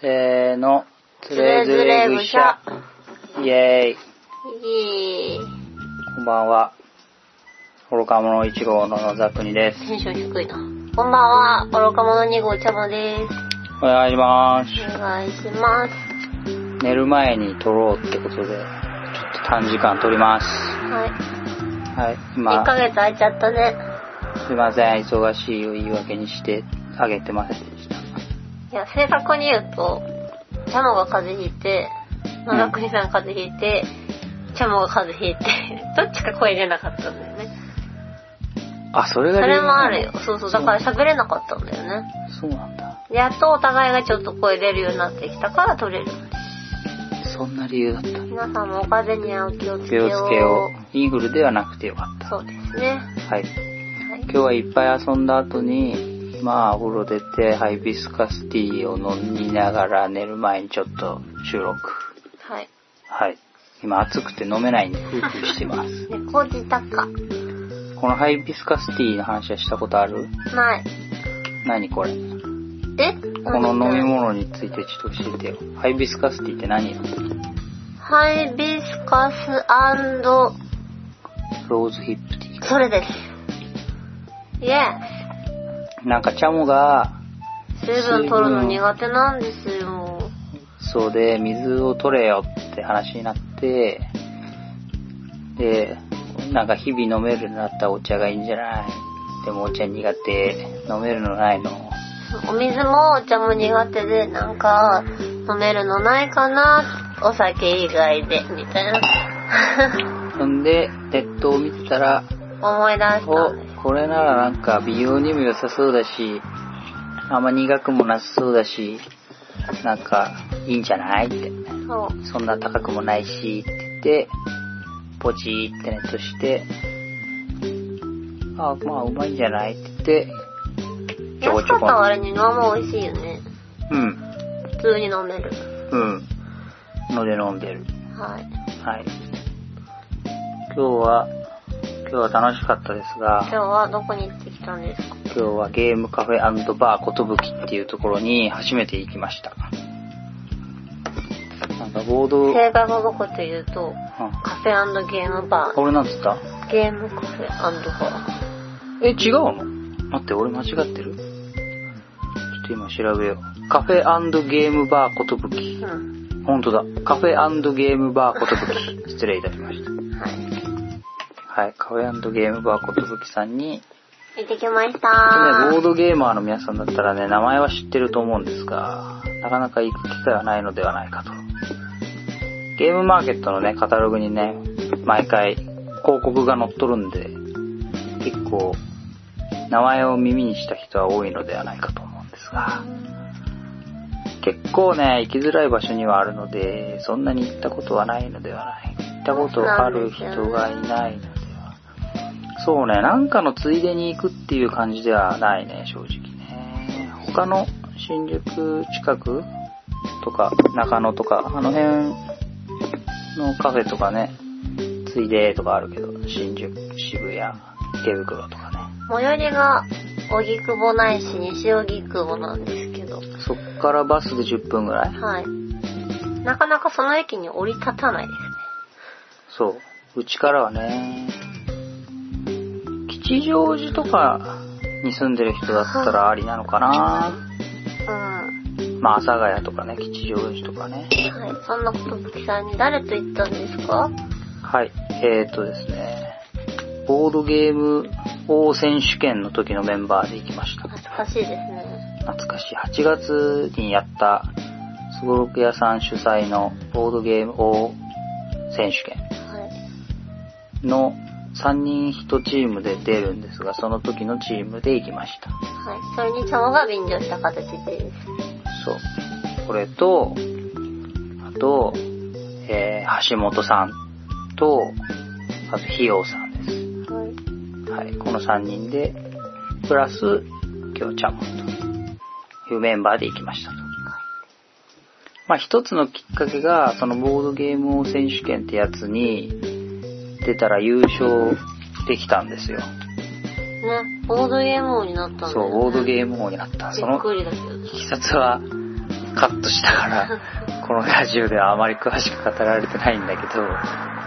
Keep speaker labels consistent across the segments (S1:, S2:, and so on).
S1: せーの、
S2: つれづれ武者。
S1: イエーイ。
S2: いい。
S1: こんばんは。愚か者一号の野田国です。
S2: テンション低いな。こんばんは、愚か者2号ちゃまです。
S1: お願いします。
S2: お願いします。
S1: 寝る前に撮ろうってことで、ちょっと短時間撮ります。
S2: はい。
S1: はい、
S2: 1
S1: 今、
S2: ヶ月空いちゃったね。
S1: すいません、忙しいを言い訳にしてあげてませんでした。
S2: いや、正確に言うと、チャモが風邪ひいて、野田国さん風邪ひいて、チャモが風邪ひいて、 どっちか声出なかったんだよね。
S1: あ、それ
S2: そ
S1: が理由
S2: れも
S1: な
S2: あ
S1: の
S2: るよ。そうそう、だから喋れなかったんだよね。
S1: そうなんだ。
S2: やっとお互いがちょっと声出るようになってきたから取れる。
S1: そんな理由だった。
S2: 皆さんもお風邪にはお気をつけ
S1: 気
S2: よ
S1: を
S2: う。
S1: つけよう。インフルではなくてよかっ
S2: そうですね。
S1: た。はい。
S2: はい
S1: 今。日はいっぱい遊んだ後に、まあ、お風呂出て、ハイビスカスティーを飲みながら寝る前にちょっと収録。
S2: はい。
S1: はい。今暑くて飲めないんで、ふうふうして ます。
S2: 猫舌か。
S1: このハイビスカスティーの話はしたことある
S2: ない。
S1: 何これ
S2: え
S1: この飲み。物についてちょっと教えてよ。ハイビスカスティーって何よ
S2: ハイビスカス
S1: ローズヒップティー
S2: それです。イエ
S1: か。なんかチャモが、
S2: ス水分取るの苦手なんですよ。
S1: そうで、水を取れよって話になって、で、なんか日々飲めるようになったお茶がいいんじゃないでもお茶苦手、飲めるのないの。
S2: お水もお茶も苦手で、なんか、飲めるのないかなお酒以外で、みたいな。
S1: ほんで、ネットを見てたら、
S2: 思い出した
S1: お
S2: んです。、
S1: これならなんか美容にも良さそうだし、あんま苦くもなさそうだし、なんかいいんじゃないって。
S2: そう。
S1: そんな高くもないし、って言って、ポチーってネットして、あ、まあ、うまいんじゃないって言って、ちょこ
S2: 安
S1: ちょ
S2: かった
S1: こ。
S2: 割に生も美味しいよね。
S1: うん、
S2: 普通に飲める。
S1: うん。ので飲んでる。
S2: はい。
S1: はい。今日は、今日は楽しかったです
S2: 今日
S1: が、
S2: はどこに行ってきたんですか
S1: 今日はゲームカフェバーことぶきっていうところに初めて行きました。なんかボード、うん、
S2: 正解はどこというと、カフェゲームバ
S1: 俺なんつった
S2: ー。ゲームカフェバ
S1: え、違うの待って、俺間違ってるちょっと今調べよう。カフェゲームバーことぶき。
S2: ー。うん。
S1: ほんとだ。カフェゲームバーことぶき。失礼いたしました。
S2: は
S1: は
S2: い。
S1: い。カフェゲームバーことぶきさんに、
S2: 行ってきました
S1: ね、ボー
S2: ー。
S1: ドゲーマーの皆さんだったらね、名前は知ってると思うんですが、なかなか行く機会はないのではないかと。ゲームマーケットのね、カタログにね、毎回広告が載っとるんで、結構、名前を耳にした人は多いのではないかと思うんですが、結構ね、行きづらい場所にはあるので、そんなに行ったことはないのではない。行ったことある人がいないのでは。そうね、なんかのついでに行くっていう感じではないね、正直ね。他の新宿近くとか、中野とか、あの辺のカフェとかね、ついでとかあるけど、新宿、渋谷、池袋とかね。
S2: 最寄りが、荻窪ないし西荻窪なんですけど。
S1: そっからバスで10分ぐらい
S2: はい。なかなかその駅に降り立たないですね。
S1: そう。うちからはね、吉祥寺とかに住んでる人だったらありなのかな
S2: うん。は
S1: まあ、阿佐ヶ谷とかね、吉祥寺とかね。
S2: い。そんなことぶきさんに誰と行ったんですか
S1: はい。えー、っとですね、ボードゲーム王選手権の時のメンバーで行きました。
S2: 懐かしいですね。
S1: 懐かしい。8月にやった、すごろく屋さん主催のボードゲーム王選手権。
S2: はい。
S1: の3人1チームで出るんですが、その時のチームで行きました。
S2: はい。それにチャモが便乗した形です。
S1: そう。これと、あと、えー橋本さんと、あと、ひようさんで
S2: はい。
S1: す。はい。この3人で、プラス、今日、ちゃんもというメンバーで行きましたと。まあ、一つのきっかけが、そのボードゲーム王選手権ってやつに出たら優勝できたんですよ。
S2: ね、ボードゲーム王になったんだよ、ね。
S1: そう、ボード
S2: ー
S1: ゲーム王になった。そ
S2: びっ
S1: の
S2: くりだけど。
S1: いきさつは、カットしたから、このラジオではあまり詳しく語られてないんだけど、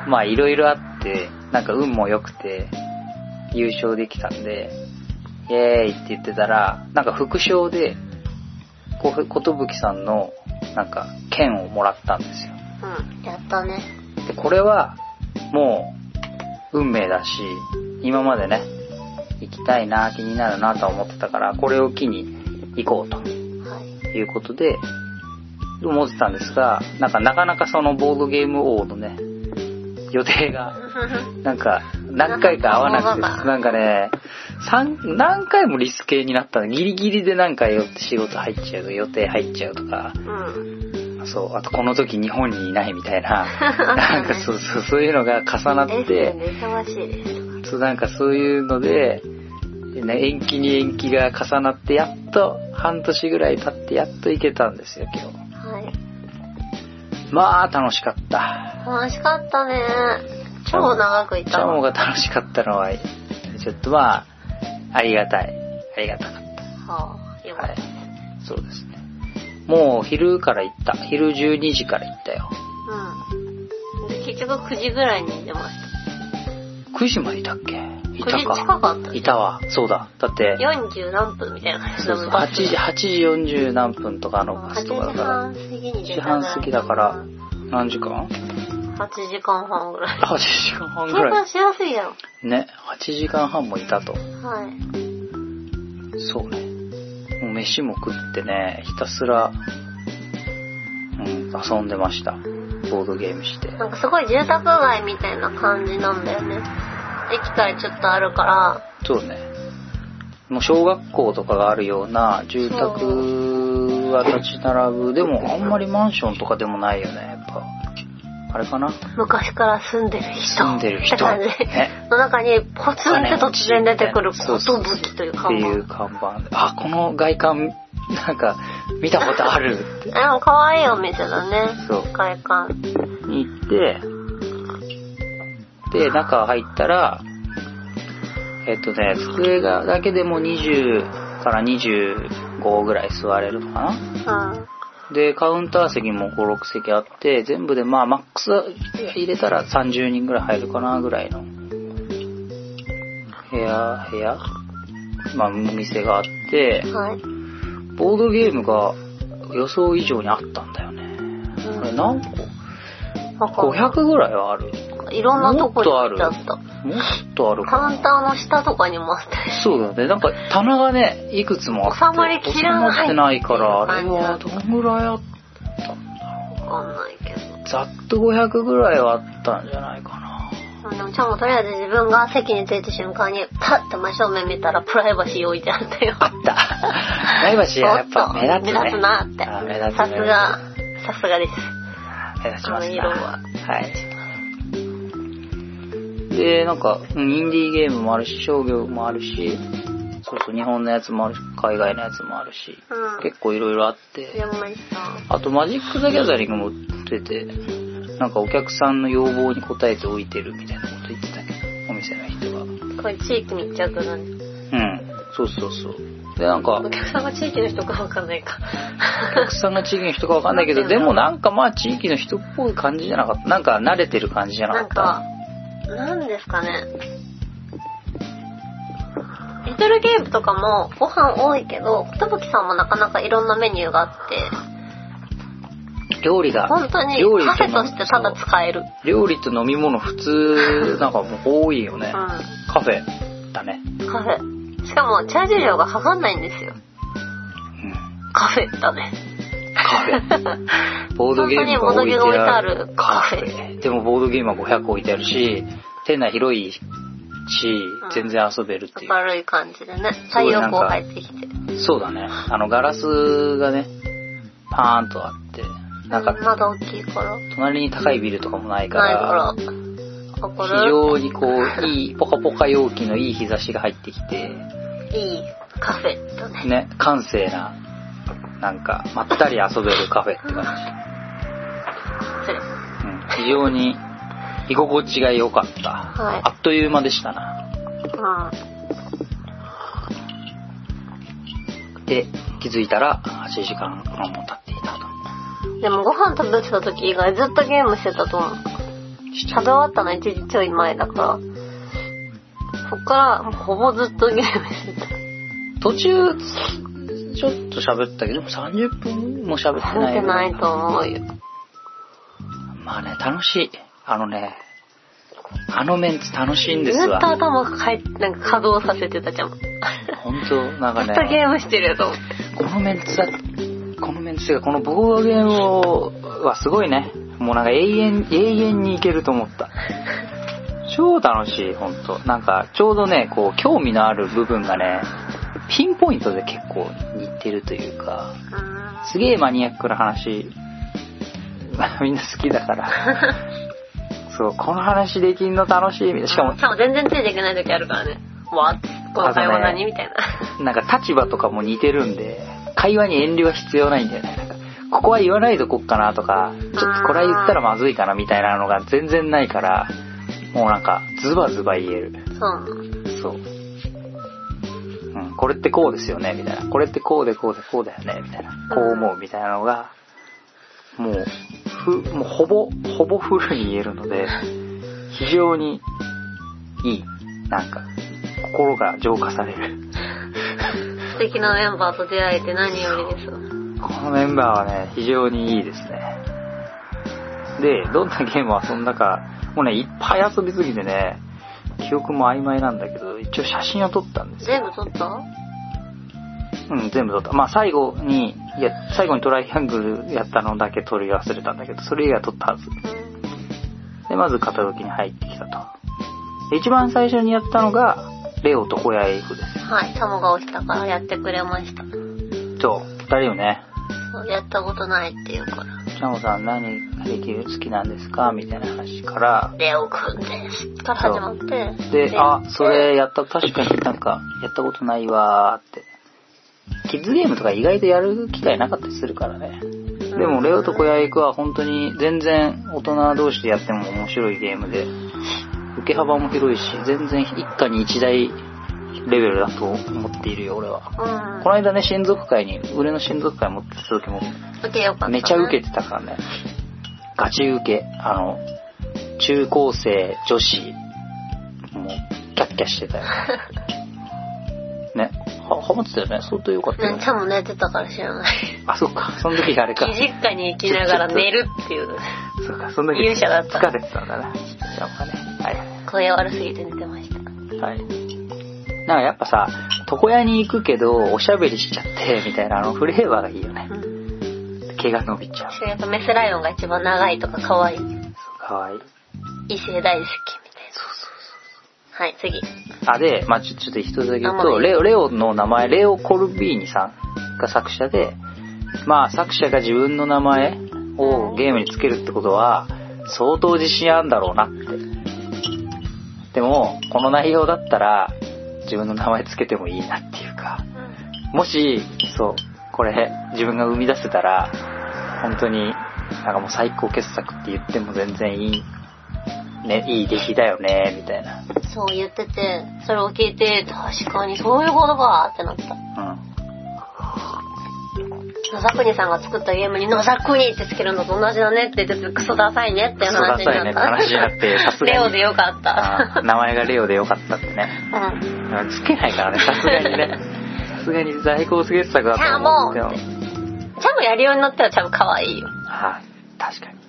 S1: まあいろいろあって、なんか運も良くて、優勝できたんで、イエーイって言ってたら、なんか副賞で、こふことぶきさんの、なんか、券をもらったんですよ。
S2: うん。やったね。
S1: で、これは、もう、運命だし、今までね、行きたいな、気になるなとは思ってたから、これを機に行こうと
S2: はい。
S1: いうことで、思ってたんですが、なんかなかなかそのボードゲーム王のね、予定が、なんか、何回か合わなくて、なんかね、三何回もリス系になったの。ギリギリでなんか仕事入っちゃう、予定入っちゃうとか、
S2: うん。
S1: そう、あとこの時日本にいないみたい な、なんかそうそう、そういうのが重なっ
S2: ですよ
S1: て、
S2: ね。忙しいです。
S1: そうなんかそういうので、ね延期に延期が重なって、やっと半年ぐらい経ってやっと行けたんですよ、今日。
S2: はい。
S1: まあ、楽しかった。
S2: 楽しかったね。超長くい
S1: チ
S2: た
S1: ャ
S2: わ
S1: モが楽しかったのは、ちょっとまあ、ありがたい。ありがたかった。
S2: はあ、よかった。
S1: そうですね。もう昼から行った。昼12時から行ったよ。
S2: うん。で結局9時ぐらいに出まし
S1: 9時までいたっけいた
S2: 9時近かった
S1: いたわ。そうだ。だって、
S2: た。40何分みたいな感じ
S1: そうそう8時、8時40何分とかのバ
S2: 8
S1: ス
S2: 時
S1: とかだから、
S2: 半過ぎに
S1: 8
S2: 出
S1: 時
S2: た
S1: 半過ぎだから、何時間
S2: 8時間半ぐらい。
S1: ?8 時間半
S2: 計
S1: ぐら
S2: 算
S1: い。
S2: しやすいやろ。
S1: ね、8時間半もいたと。
S2: はい。
S1: そうね。もう飯も食ってね、ひたすら、うん、遊んでました。ボードゲームして。
S2: なんかすごい住宅街みたいな感じなんだよね。駅からちょっとあるから、
S1: そうね。もう小学校とかがあるような住宅が立ち並ぶ。でもあんまりマンションとかでもないよね、やっぱ。あれかな
S2: 昔から住んでる人。
S1: 住んでる人
S2: って感じ。
S1: ね
S2: の中にポツンって突然出てくるコトブキという
S1: って
S2: 看
S1: いう
S2: 板。
S1: 看板。あ、この外観、なんか、見たことあるっ
S2: でも可愛いお店だね。
S1: そう
S2: 外観。
S1: て言って、で、中入ったら、えっとね、机がだけでも20から25ぐらい座れるのかな
S2: うん。
S1: で、カウンター席も5、6席あって、全部でまあマックス入れたら30人ぐらい入るかなぐらいの部屋、部屋まあお店があって、
S2: はい。
S1: ボードゲームが予想以上にあったんだよね。これ何
S2: なんか
S1: 個 ?500 ぐらいはある。
S2: いろんなとこに置いてあっ。
S1: もったもっとある
S2: カ
S1: か
S2: ウンターの下とかにもあったり。
S1: な。そうだね。なんか棚がね、いくつもあって。
S2: 収まりきらない
S1: 収まってないから、あれは
S2: って
S1: ど
S2: いう感
S1: んぐらいあっ
S2: わかんないけど。
S1: ざっと500ぐらいはあったんじゃないかな。
S2: でも、ちゃんもとりあえず自分が席に着いた瞬間に、パッて真正面見たらプライバシー置いてあったよ。
S1: あ った。ライバシーはやっぱ目立つね。
S2: 目立つなって。
S1: あ目立つ
S2: さすが、さすがです。
S1: 目立ちますか
S2: あの色は
S1: はい。で、なんか、うんインディーゲームもあるし、商業もあるし、そうそう、日本のやつもあるし、海外のやつもあるし、
S2: うん。
S1: 結構いろいろあって、
S2: 山井さん。
S1: あとマジック・ザ・ギャザリングも売ってて、なんかお客さんの要望に応えて置いてるみたいなこと言ってたけど、お店の人が。うん。
S2: これ地域密着なんで。
S1: そうそうそう。で、なんか、
S2: お客さんが地域の人かわかんな いか。
S1: お客さんが地域の人かわかんないけど、でもなんかまあ地域の人っぽい感じじゃなかった。なんか慣れてる感じじゃな
S2: な
S1: か
S2: ん
S1: った。
S2: か、なんですかね。リトルゲームとかもご飯多いけど、ことぶきさんもなかなかいろんなメニューがあって、
S1: 料理が、
S2: 本当に
S1: 料理
S2: カフェとしてただ
S1: そう
S2: 使える。
S1: 料理と飲み物普通、なんかもう多いよ
S2: う
S1: ね。
S2: ん。
S1: カフェだね。
S2: カフェ。しかも、チャージ料がかかんないんですよ。
S1: うん。
S2: カフェだね。
S1: カフ ェ。ボードゲームが置いて
S2: 本当にボードゲームが置いて
S1: あ
S2: あ
S1: る
S2: る
S1: カ
S2: カ
S1: フ
S2: フェ
S1: ェ。でもボードゲームは500置いてあるし、店内広いし、
S2: ん
S1: 全然遊べるっていう。
S2: 明るい感じでね。太陽光入ってきて。
S1: そうだね。あのガラスがね、パーンとあって、なんか
S2: 窓大きいから。ない
S1: 隣に高いビルとかもないか
S2: から
S1: ら、。
S2: 怒
S1: 非
S2: る
S1: 常にこう、いい、ポカポカ容器のいい日差しが入ってきて、
S2: いいカフェだね。
S1: ね、閑静な、なんか、まったり遊べるカフェって感
S2: それ。
S1: じ。うん、非常に居心地が良かった。
S2: はい
S1: あっという間でしたな。
S2: うん。
S1: で、気づいたら8時間半も経っていたと。
S2: でもご飯食べてた時以外ずっとゲームしてたと思う。食べ終わったの1時ちょい前だから。そっからもうほぼずっとゲームしてた。
S1: 途中、ちょっと喋ったけど、でも30分も喋って
S2: 食
S1: な
S2: べ
S1: い。
S2: てないと思うよ。
S1: まあね、楽しい。あのね、あのメンツ楽しいん
S2: ず
S1: で
S2: っ
S1: す
S2: と
S1: わ。
S2: 頭がかえなんか稼働させてたじゃん。ずっ
S1: 本当なんか
S2: とゲ
S1: ね、
S2: ームしてると思って。
S1: このメンツだ、このメンツっていうか、このボードゲームをはすごいね。もうなんか永遠、永遠にいけると思った。超楽しい、本当なんか、ちょうどね、こう、興味のある部分がね、ピンポイントで結構似てるというか、すげえマニアックな話、 みんな好きだから。そう、この話できんの楽しいみたいな。しかも
S2: し、かも全然ついていけない時あるからね。わっこの会話何、みたいな。
S1: なんか立場とかも似てるんで、会話に遠慮は必要ないんだよね。なんかここは言わないとこっかなとか、ちょっとこれは言ったらまずいかなみたいなのが全然ないから、もうなんか、ズバズバ言える。
S2: そうなの。
S1: そう。うん、これってこうですよね、みたいな。これってこうでこうでこうだよね、みたいな。こう思う、みたいなのが、もう、ふ、もうほぼ、ほぼフルに言えるので、非常にいい。なんか、心が浄化される。
S2: 素敵なメンバーと出会えて何よりです
S1: こ
S2: わ。
S1: のメンバーはね、非常にいいですね。で、どんなゲームを遊んだか、もうね、いっぱい遊びすぎてね、記憶も曖昧なんだけど、一応写真を撮ったんですよ。
S2: 全部撮った
S1: うん、全部撮った。まあ、最後に、いや、最後にトライアングルや ったのだけ撮り忘れたんだけど、それ以外は撮ったはず。で、まず片時に入ってきたと。で一番最初にやったのが、レオとホヤエイフです
S2: はい、チャモが起きたからやってくれました。
S1: よ。そう、二人よね。
S2: そうやったことないっていうから。
S1: シャモさん何ができる好きなんですかみたいな話から、
S2: レオくんです。から始まって。
S1: で、あ、それやった、確かになんか、やったことないわーって。キッズゲームとか意外とやる機会なかったりするからね。
S2: で
S1: でも、レオと小屋行くは本当に全然大人同士でやっても面白いゲームで、受け幅も広いし、全然一家に一台レベルだと思っているよ、俺は。
S2: うん。
S1: この間ね、親族会に、俺の親族会持ってた時も、
S2: 受けよかった、
S1: めちゃ受けてたからね。ガチ受け。あの、中高生女子、もう、キャッキャしてた よ。ね。は、ハマってたよね。相当良かったよ
S2: ね、
S1: ね
S2: チ。ャモ寝てたから知らない。
S1: あ、そっか。その時があれ
S2: 義
S1: か。
S2: 実家に行きながら寝るっていう。
S1: そうか、その時
S2: 勇者だった
S1: 疲れてたんだな。やっぱね。は
S2: 声悪すぎて寝てました。
S1: い。はい。なんかやっぱさ、床屋に行くけど、おしゃべりしちゃって、みたいな、あの、フレーバーがいいよね。
S2: うん。
S1: 毛が伸びちゃう。
S2: 私はやっぱメスライオンが一番長いとか可愛い。
S1: かわいい。
S2: 異性大好きみたいな。はい、次。
S1: あ、で、まあちょちょっと一つだけ言う
S2: あま
S1: と、
S2: あ
S1: レオ、レオの名前、レオ・コルビーニさんが作者で、まあ作者が自分の名前をゲームにつけるってことは、相当自信あるんだろうなって。でも、この内容だったら、自分の名前つけてもいいなっていうか、もし、そう、これ、自分が生み出せたら、本当に、なんかもう最高傑作って言っても全然いい、ね、いい出来だよね、みたいな。
S2: そう言ってて、それを聞いて、確かにそういうことかーってなった。
S1: うん。
S2: 野沢国さんが作ったゲームに野沢国ってつけるのと同じだねって言ってて、クソダサいねっていう話
S1: クソ
S2: になった。
S1: ダサいねって話になってさすがに
S2: レオでよかっ
S1: あ
S2: た。
S1: ー名前がレオでよかったってね。
S2: うん。
S1: つけないからね、さすがにね。さすがに最高傑作だと思って
S2: チ
S1: も
S2: ャーモーっ。チャムやるようになったらチャム可愛いよ。
S1: はい、確かに。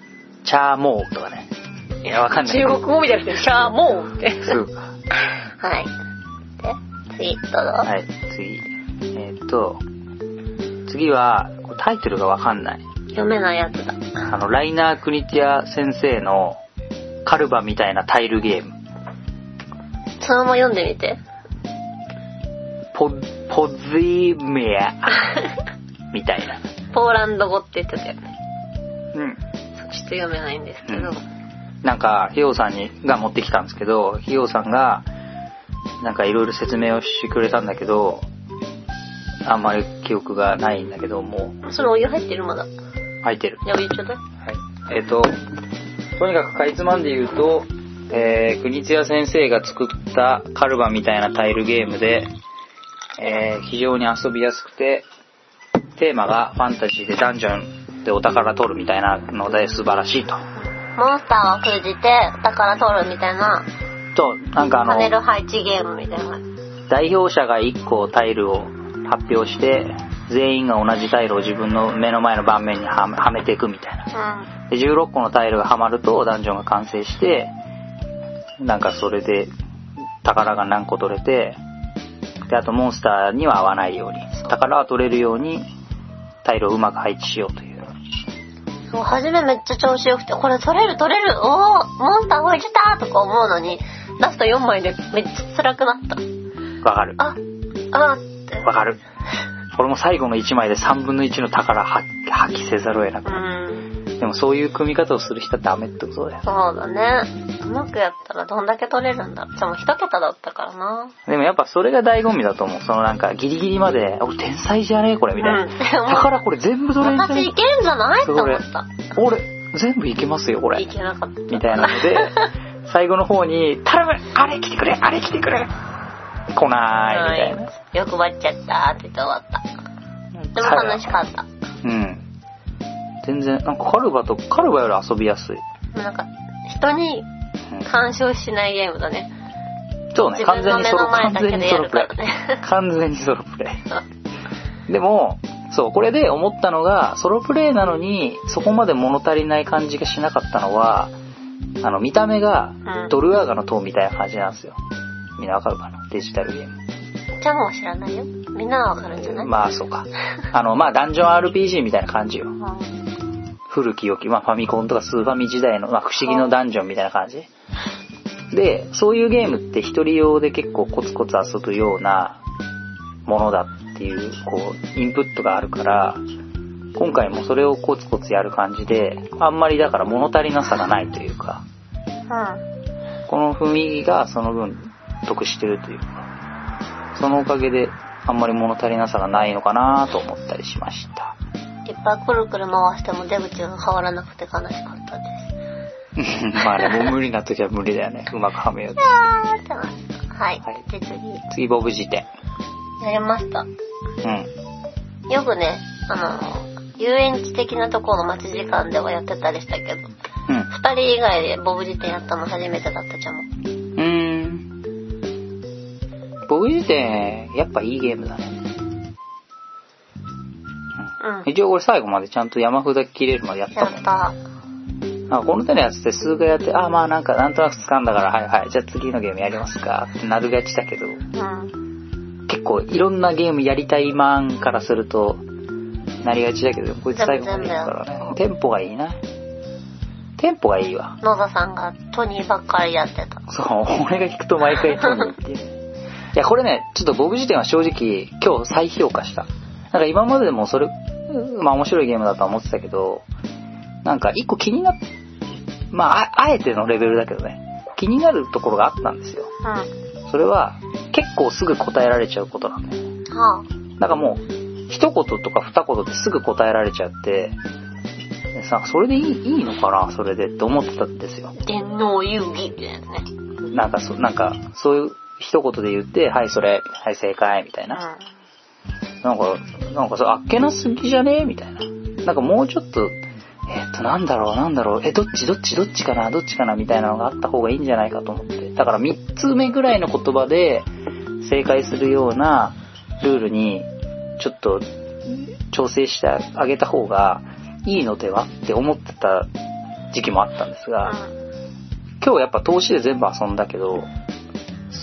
S1: チャーモーとかね。いや、わかんない。
S2: 中国語みたいなくて、シャーモー って。
S1: そうか。
S2: はい。で、次、どうぞ。
S1: はい、次。えーっと、次は、これタイトルがわかんない。
S2: 読めないやつだ。
S1: あの、ライナー・クニティア先生のカルバみたいなタイルゲーム。
S2: そのまま読んでみて。
S1: ポ、ポズイメア。みたいな。
S2: ポーランド語って言ってたよね。
S1: うん。
S2: そうちょっと読めないんですけど。
S1: うんなんか、ひよさんに、が持ってきたんですけど、ひよさんが、なんかいろいろ説明をしてくれたんだけど、あんまり記憶がないんだけど、も
S2: それお湯入ってるまだ。じ
S1: う、入ってる。
S2: ゃあお湯ちょうだい。
S1: はい。えっ、と、とにかくかいつまんで言うと、えー、国津屋先生が作ったカルバみたいなタイルゲームで、えー、非常に遊びやすくて、テーマがファンタジーでダンジョンでお宝取るみたいなので素晴らしいと。
S2: モンスターを封じて宝取るみたいな
S1: と、なんかあ
S2: パネル
S1: の、
S2: 配置ゲームみたいな
S1: 代表者が1個タイルを発表して、全員が同じタイルを自分の目の前の盤面にはめはめていくみたいな。
S2: う
S1: で16個のタイルがはまるとダンジョンが完成してなんかそれで宝が何個取れてであとモンスターには合わないように宝は取れるようにタイルをうまく配置しようというん
S2: そう初めめっちゃ調子よくてこれ取れる取れるおおモンスター置いてたとか思うのにラスト4枚でめっちゃ辛くなった
S1: わかる
S2: ああーって
S1: わかる俺も最後の1枚で3分の1の宝は破棄せざるを得な
S2: う
S1: く
S2: ん
S1: でもそういう組み方をする人はダメってことだよ
S2: そうだねうまくやったらどんだけ取れるんだろうでも一桁だったからな
S1: でもやっぱそれが醍醐味だと思うそのなんかギリギリまで俺天才じゃねえこれみたいな、
S2: うん
S1: 宝これ全部取れんじゃ
S2: 私
S1: ね
S2: いけんじゃないと思った
S1: 俺全部いけますよこれ
S2: いけなかった
S1: みたいな ので、最後の方に、頼むあれ来てくれあれ来てくれ来ないみたい
S2: はい欲張っちゃったって言って終わった
S1: な。
S2: でも楽しかった
S1: うん。全然、なんかカルバと、カルバより遊びやすい。
S2: なんか人に
S1: うん
S2: 干渉しないゲームだね
S1: そうね、完全にソロ、完
S2: 自分
S1: 全
S2: の目の前だけで
S1: に
S2: や
S1: ソロ
S2: る
S1: プレ
S2: か
S1: イ
S2: ら。ね
S1: 完全にソロプレイ。でも、そう、これで思ったのが、ソロプレイなのに、そこまで物足りない感じがしなかったのは、あの、見た目が
S2: うん、
S1: ドルアーガの塔みたいな感じなんですよ。みんなわかるかなデジタルゲーム。
S2: じゃあもう知らないよみんなはわかるんじゃない、
S1: まあそうか。あの、まあダンジョン RPG みたいな感じよ。
S2: うん
S1: 古き良き、まあファミコンとかスーファミ時代の、まあ不思議のダンジョンみたいな感じ。で、そういうゲームって一人用で結構コツコツ遊ぶようなものだっていう、こう、インプットがあるから、今回もそれをコツコツやる感じで、あんまりだから物足りなさがないというか、この雰囲気がその分得してるというか、そのおかげであんまり物足りなさがないのかなと思ったりしました。
S2: いっぱいくるくる回しても出口が変わらなくて悲しかったです
S1: まあね、もう無理な時は無理だよね。うまくはめようと。
S2: あーってなったはい、
S1: はい
S2: で次
S1: 次、ボブ辞典。
S2: やりました
S1: うん。
S2: よくねあの遊園地的なところの待ち時間ではやってたりしたけど
S1: うん。
S2: 二人以外でボブ辞典やったの初めてだったじゃんも
S1: うーん。ボブ辞典、やっぱいいゲームだね。
S2: うん
S1: 一応俺最後までちゃんと山札切れるまでやった
S2: や
S1: もんね
S2: っ。た
S1: あこの手のやつって数回やって、あ、まあなんかなんとなく掴んだから、はいはい、じゃあ次のゲームやりますかってなるがちだけど、
S2: うん
S1: 結構いろんなゲームやりたいマンからすると、なりがちだけど、こいつ最後までいくからね。テンポがいいな。テンポがいいわ。
S2: 野田さんがトニーばっかりやってた
S1: そう、俺が聞くと毎回トニーっていう。いや、これね、ちょっとボブ辞典は正直、今日再評価した。なんか今まででもそれ、うんまあ面白いゲームだとは思ってたけど、なんか一個気になっ、まあ、ああえてのレベルだけどね、気になるところがあったんですよ。
S2: う
S1: それは、結構すぐ答えられちゃうことなんだよ。
S2: んは
S1: なんかもう、一言とか二言ですぐ答えられちゃって、さ、それでいいいいのかなそれでって思ってたんですよ。
S2: あ電脳遊戯みたいなね
S1: なんかそ、なんか、そういう一言で言って、はい、それ、はい、正解、みたいな。なんか、なんかそあっけなすぎじゃねみたいな。なんかもうちょっと、えっと、なんだろう、なんだろう、え、どっち、どっち、どっちかな、どっちかな、みたいなのがあった方がいいんじゃないかと思って。だから3つ目ぐらいの言葉で正解するようなルールに、ちょっと調整してあげた方がいいのではって思ってた時期もあったんですが、
S2: うん
S1: 今日やっぱ投資で全部遊んだけど、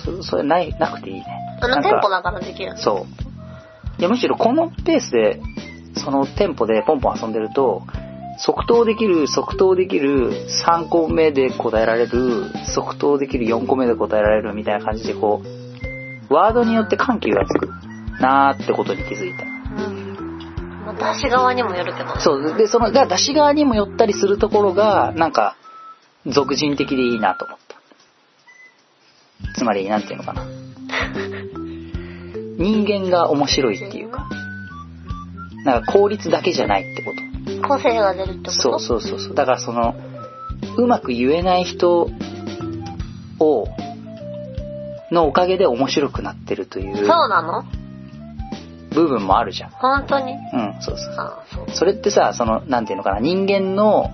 S1: そそれない、なくていいね。
S2: あ
S1: な
S2: の
S1: んか
S2: テンポだからできるの
S1: そう。いや、むしろこのペースで、そのテンポでポンポン遊んでると、即答できる、即答できる、3個目で答えられる、即答できる、4個目で答えられるみたいな感じでこう、ワードによって緩急がつくなーってことに気づいた。
S2: うんまあ出し側にもよるけど
S1: そう。で、その、が出し側にも寄ったりするところが、なんか、俗人的でいいなと思った。つまり、なんていうのかな。人間が面白いっていうか、なんか効率だけじゃないってこと。
S2: 個性が出るってこと
S1: そうそうそうそう。だからその、うまく言えない人を、のおかげで面白くなってるという。
S2: そうなの
S1: 部分もあるじゃん。
S2: 本当に
S1: うん、そうそう。
S2: ああ、そう。
S1: それってさ、その、なんていうのかな、人間の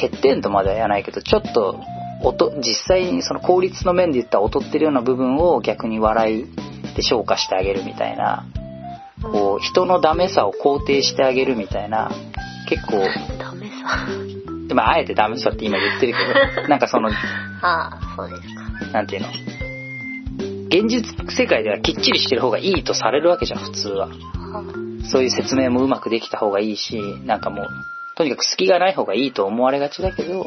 S1: 欠点とまでは言わないけど、ちょっと、音、実際にその効率の面で言ったら劣ってるような部分を逆に笑いで消化してあげるみたいな、こう、人のダメさを肯定してあげるみたいな、結構、
S2: ダメさ。
S1: でもあえてダメさって今言ってるけど、なんかその、
S2: ああ、そうですか。
S1: なんていうの現実世界ではきっちりしてる方がいいとされるわけじゃん、普通は。
S2: は
S1: そういう説明もうまくできた方がいいし、なんかもう、とにかく隙がない方がいいと思われがちだけど、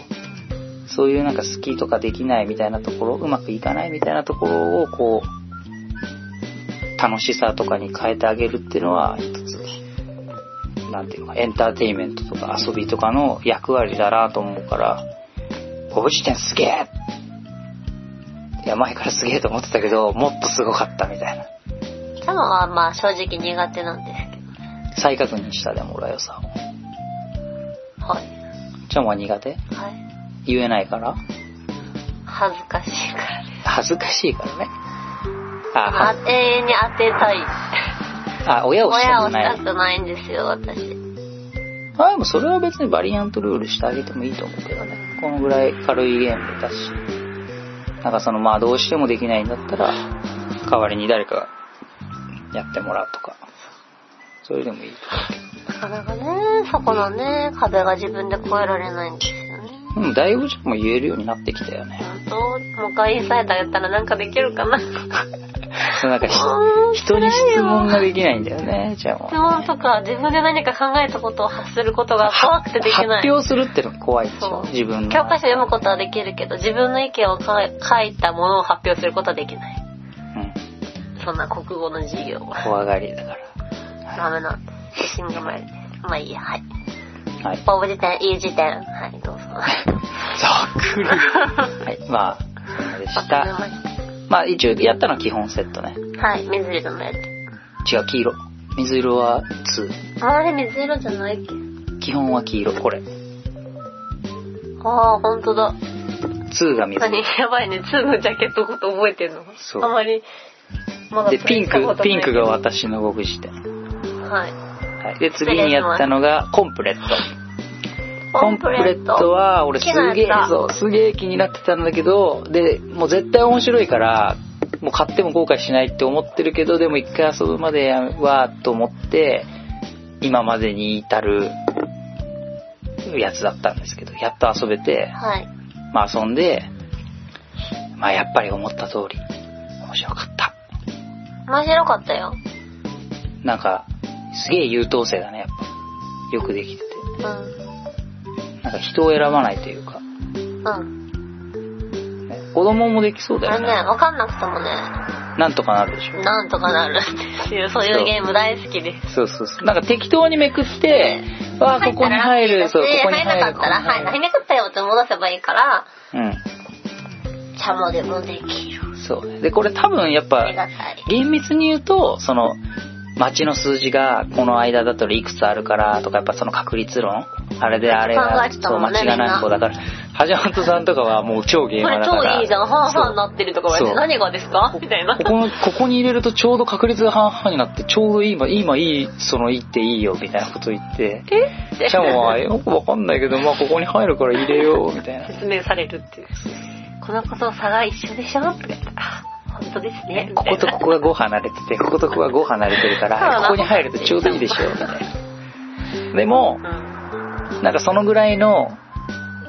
S1: そういうなんか好きとかできないみたいなところ、うまくいかないみたいなところをこう、楽しさとかに変えてあげるっていうのは、一つ、なんていうのか、エンターテインメントとか遊びとかの役割だなと思うから、ボブ辞典すげえいや、前からすげえと思ってたけど、もっとすごかったみたいな。
S2: あチャモはまあ正直苦手なんですけ
S1: 再確認したでも俺は良さを。
S2: ど。はい。
S1: ちゃんは苦手
S2: はい。
S1: 言えないから
S2: 恥ずかしいからです。
S1: 恥ずかしいからね。あ、
S2: あ
S1: は
S2: 永遠に当てたい。
S1: あ親をした
S2: 親を
S1: くな
S2: した
S1: い。
S2: くないんですよ、私。
S1: あ、でもそれは別にバリアントルールしてあげてもいいと思うけどね。このぐらい軽いゲームだし。なんかその、まあどうしてもできないんだったら、代わりに誰かがやってもらうとか。それでもいいと
S2: なかなかね、そこのね、壁が自分で越えられないんですよね。
S1: 思う。うん、だいぶちょっともう言えるようになってきたよね。
S2: 本当もう一回されたやったらなんかできるかな。
S1: そうなんかひ
S2: うん
S1: 人に質問ができないんだよね、じゃあもう
S2: 質問とか自分で何か考えたことを発することが怖くてできない
S1: 発。表するってのが怖いでしょ
S2: そう
S1: 自分の。
S2: 教科書読むことはできるけど、自分の意見をか書いたものを発表することはできない。
S1: うん。
S2: そんな国語の授業は。
S1: 怖がりだから。
S2: ダメなんです。自信がないです。まあいいや、はい。
S1: はい。
S2: ボブ辞典、いい辞典。はい、どうぞ。
S1: ざっくり。 はい。まあ、そうでし
S2: わか
S1: た。
S2: りまし
S1: まあ、一応、やったのは基本セットね。
S2: たはい、水色のやつ。
S1: 違う、黄色。水色は2。
S2: あれ、水色じゃないっけ
S1: 基本は黄色、これ。
S2: ああ、ほんとだ。
S1: 2が水色。
S2: 何やばいね、2のジャケットこと覚えてんの
S1: そう
S2: あまり、まだ
S1: で、ピン
S2: したこ
S1: ク、
S2: とない
S1: ピンクが。私の僕視点。
S2: は
S1: はい。で、次にやったのが、コンプレット。
S2: い。
S1: コンプレットは、俺すげえ、そう、すげえ気になってたんだけど、で、もう絶対面白いから、もう買っても後悔しないって思ってるけど、でも一回遊ぶまでは、と思って、今までに至るやつだったんですけど、やっと遊べて、
S2: はい。
S1: まあ遊んで、まあやっぱり思った通り、面白かった。
S2: 面白かったよ。
S1: なんか、すげえ優等生だね、やっぱ。よくできてて。
S2: う
S1: なんか人を選ばないというか、
S2: ん。うん。
S1: ね子供もできそうだ
S2: あ
S1: よ
S2: れ
S1: ね。
S2: ね、わかんなくてもね、
S1: なんとかなるでしょ。
S2: なんとかなるっていう、そういうゲーム大好きです。
S1: そうそうそう。なんか適当にめくって、わあ、ここに入る、そう、ここに
S2: 入ら
S1: 入
S2: な
S1: る。
S2: かったら、
S1: ここ
S2: は
S1: に
S2: い、入んなかったよって戻せばいいから、
S1: 入る
S2: チャモでもできる。
S1: うん。そうね。で、これ多分やっ
S2: あり
S1: ぱ、
S2: がたい。
S1: 厳密に言うと、その、街の数字がこの間だといくつあるからとか、やっぱその確率論あれであれ
S2: 考
S1: が、
S2: えてた
S1: そう、
S2: もんね
S1: 間違いない方だから、橋本さんとかはもう超ゲー
S2: こ
S1: マー
S2: れ
S1: だか
S2: 超
S1: ら。
S2: いいじゃん、半々になってるところやっ
S1: そ
S2: て
S1: う
S2: 何がですかみたいな
S1: こ。この、ここに入れるとちょうど確率が半々になって、ちょうど今、今いい、そのいいっていいよ、みたいなこと言って。
S2: えって
S1: しかも、あよくわかんないけど、まあここに入るから入れよう、みたいな。
S2: 説明されるっていう。このこと差が一緒でしょとか言って、あ、本当ですね。
S1: こことここが5離れてて、こことここが5離れてるか
S2: そうだ
S1: ら、
S2: な
S1: ここに入るとちょうどいいでしょ、みたいな。でも
S2: み、たいな
S1: なんかそのぐらいの、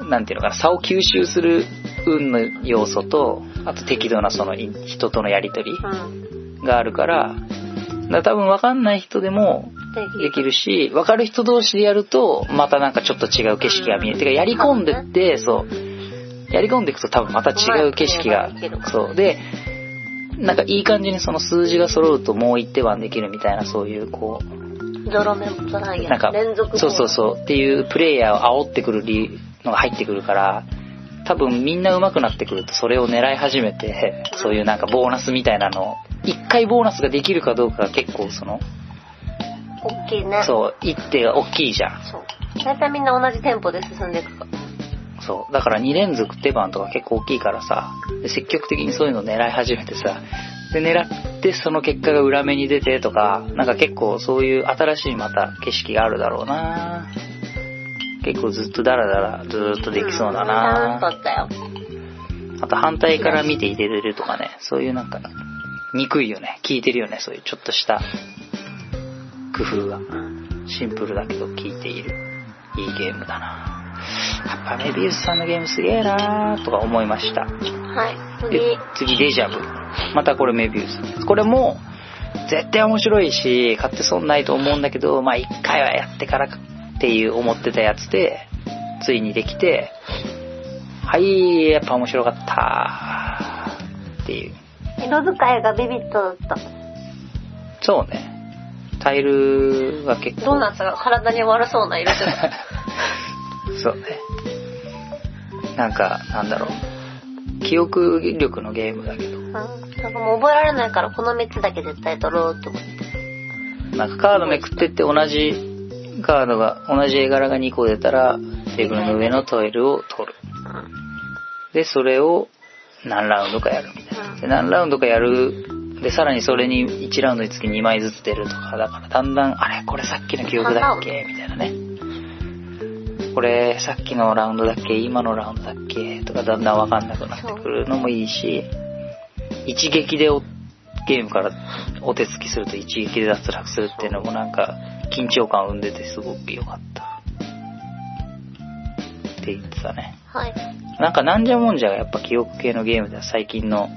S1: なんていうのかな、差を吸収する運の要素と、あと適度なそのい人とのやりとり
S2: うん。うん。
S1: があるから、だから多分わかんない人でもできるし、わかる人同士でやると、またなんかちょっと違う景色が見える。てか、やり込んでって、そう。やり込んでいくと多分また違う景色が
S2: うまい景色が、
S1: そう。で、なんかいい感じにその数字が揃うともう一手番できるみたいな、そういうこう、
S2: ゾロ目もゾライ
S1: なんか
S2: ア連続、
S1: そうそうそう、っていうプレイヤーを煽ってくる理のが入ってくるから、多分みんな上手くなってくるとそれを狙い始めて、そういうなんかボーナスみたいなのを、一回ボーナスができるかどうかが結構その、
S2: う。大きいね。う。
S1: そう、一手が大きいじゃん。
S2: そう。大体みんな同じテンポで進んでいくから。
S1: そう。だから2連続手番とか結構大きいからさ、で積極的にそういうの狙い始めてさ、で、狙ってその結果が裏目に出てとか、なんか結構そういう新しいまた景色があるだろうな結構ずっとダラダラずーっとできそうだ
S2: うん楽
S1: な
S2: しかったよ。
S1: あと反対から見て入れれるとかね、そういうなんか、憎いよね。効いてるよね、そういうちょっとした工夫が。シンプルだけど効いている。いいゲームだなやっぱメビウスさんのゲームすげえなとか思いました。
S2: はい。次。
S1: で次デジャブまたこれメビウスこれも絶対面白いし買って損ないと思うんだけどまあ一回はやってからっていう思ってたやつでついにできてはいやっぱ面白かったっていう
S2: 色使いがビビッとだっ
S1: そうねタイルが結
S2: た。
S1: 構
S2: ドーナツが体に悪そうな色じゃない
S1: そうね。なんか、なんだろう。記憶力のゲームだけど、
S2: うん。なんかもう覚えられないからこの3つだけ絶対取ろうって思って。
S1: なんかカードめくってって同じカードが、同じ絵柄が2個出たら、テーブルの上のトイルを取る。
S2: うん。
S1: で、それを何ラウンドかやるみたいな。で、何ラウンドかやる。で、さらにそれに1ラウンドにつき2枚ずつ出るとか、だからだんだん、あれこれさっきの記憶だっけみたいなね。これさっきのラウンドだっけ今のラウンドだっけとかだんだんわかんなくなってくるのもいいし、一撃でおゲームからお手つきすると一撃で脱落するっていうのもなんか緊張感を生んでてすごく良かった。って言ってたね。
S2: はい。
S1: なんかなんじゃもんじゃがやっぱ記憶系のゲームでは最近の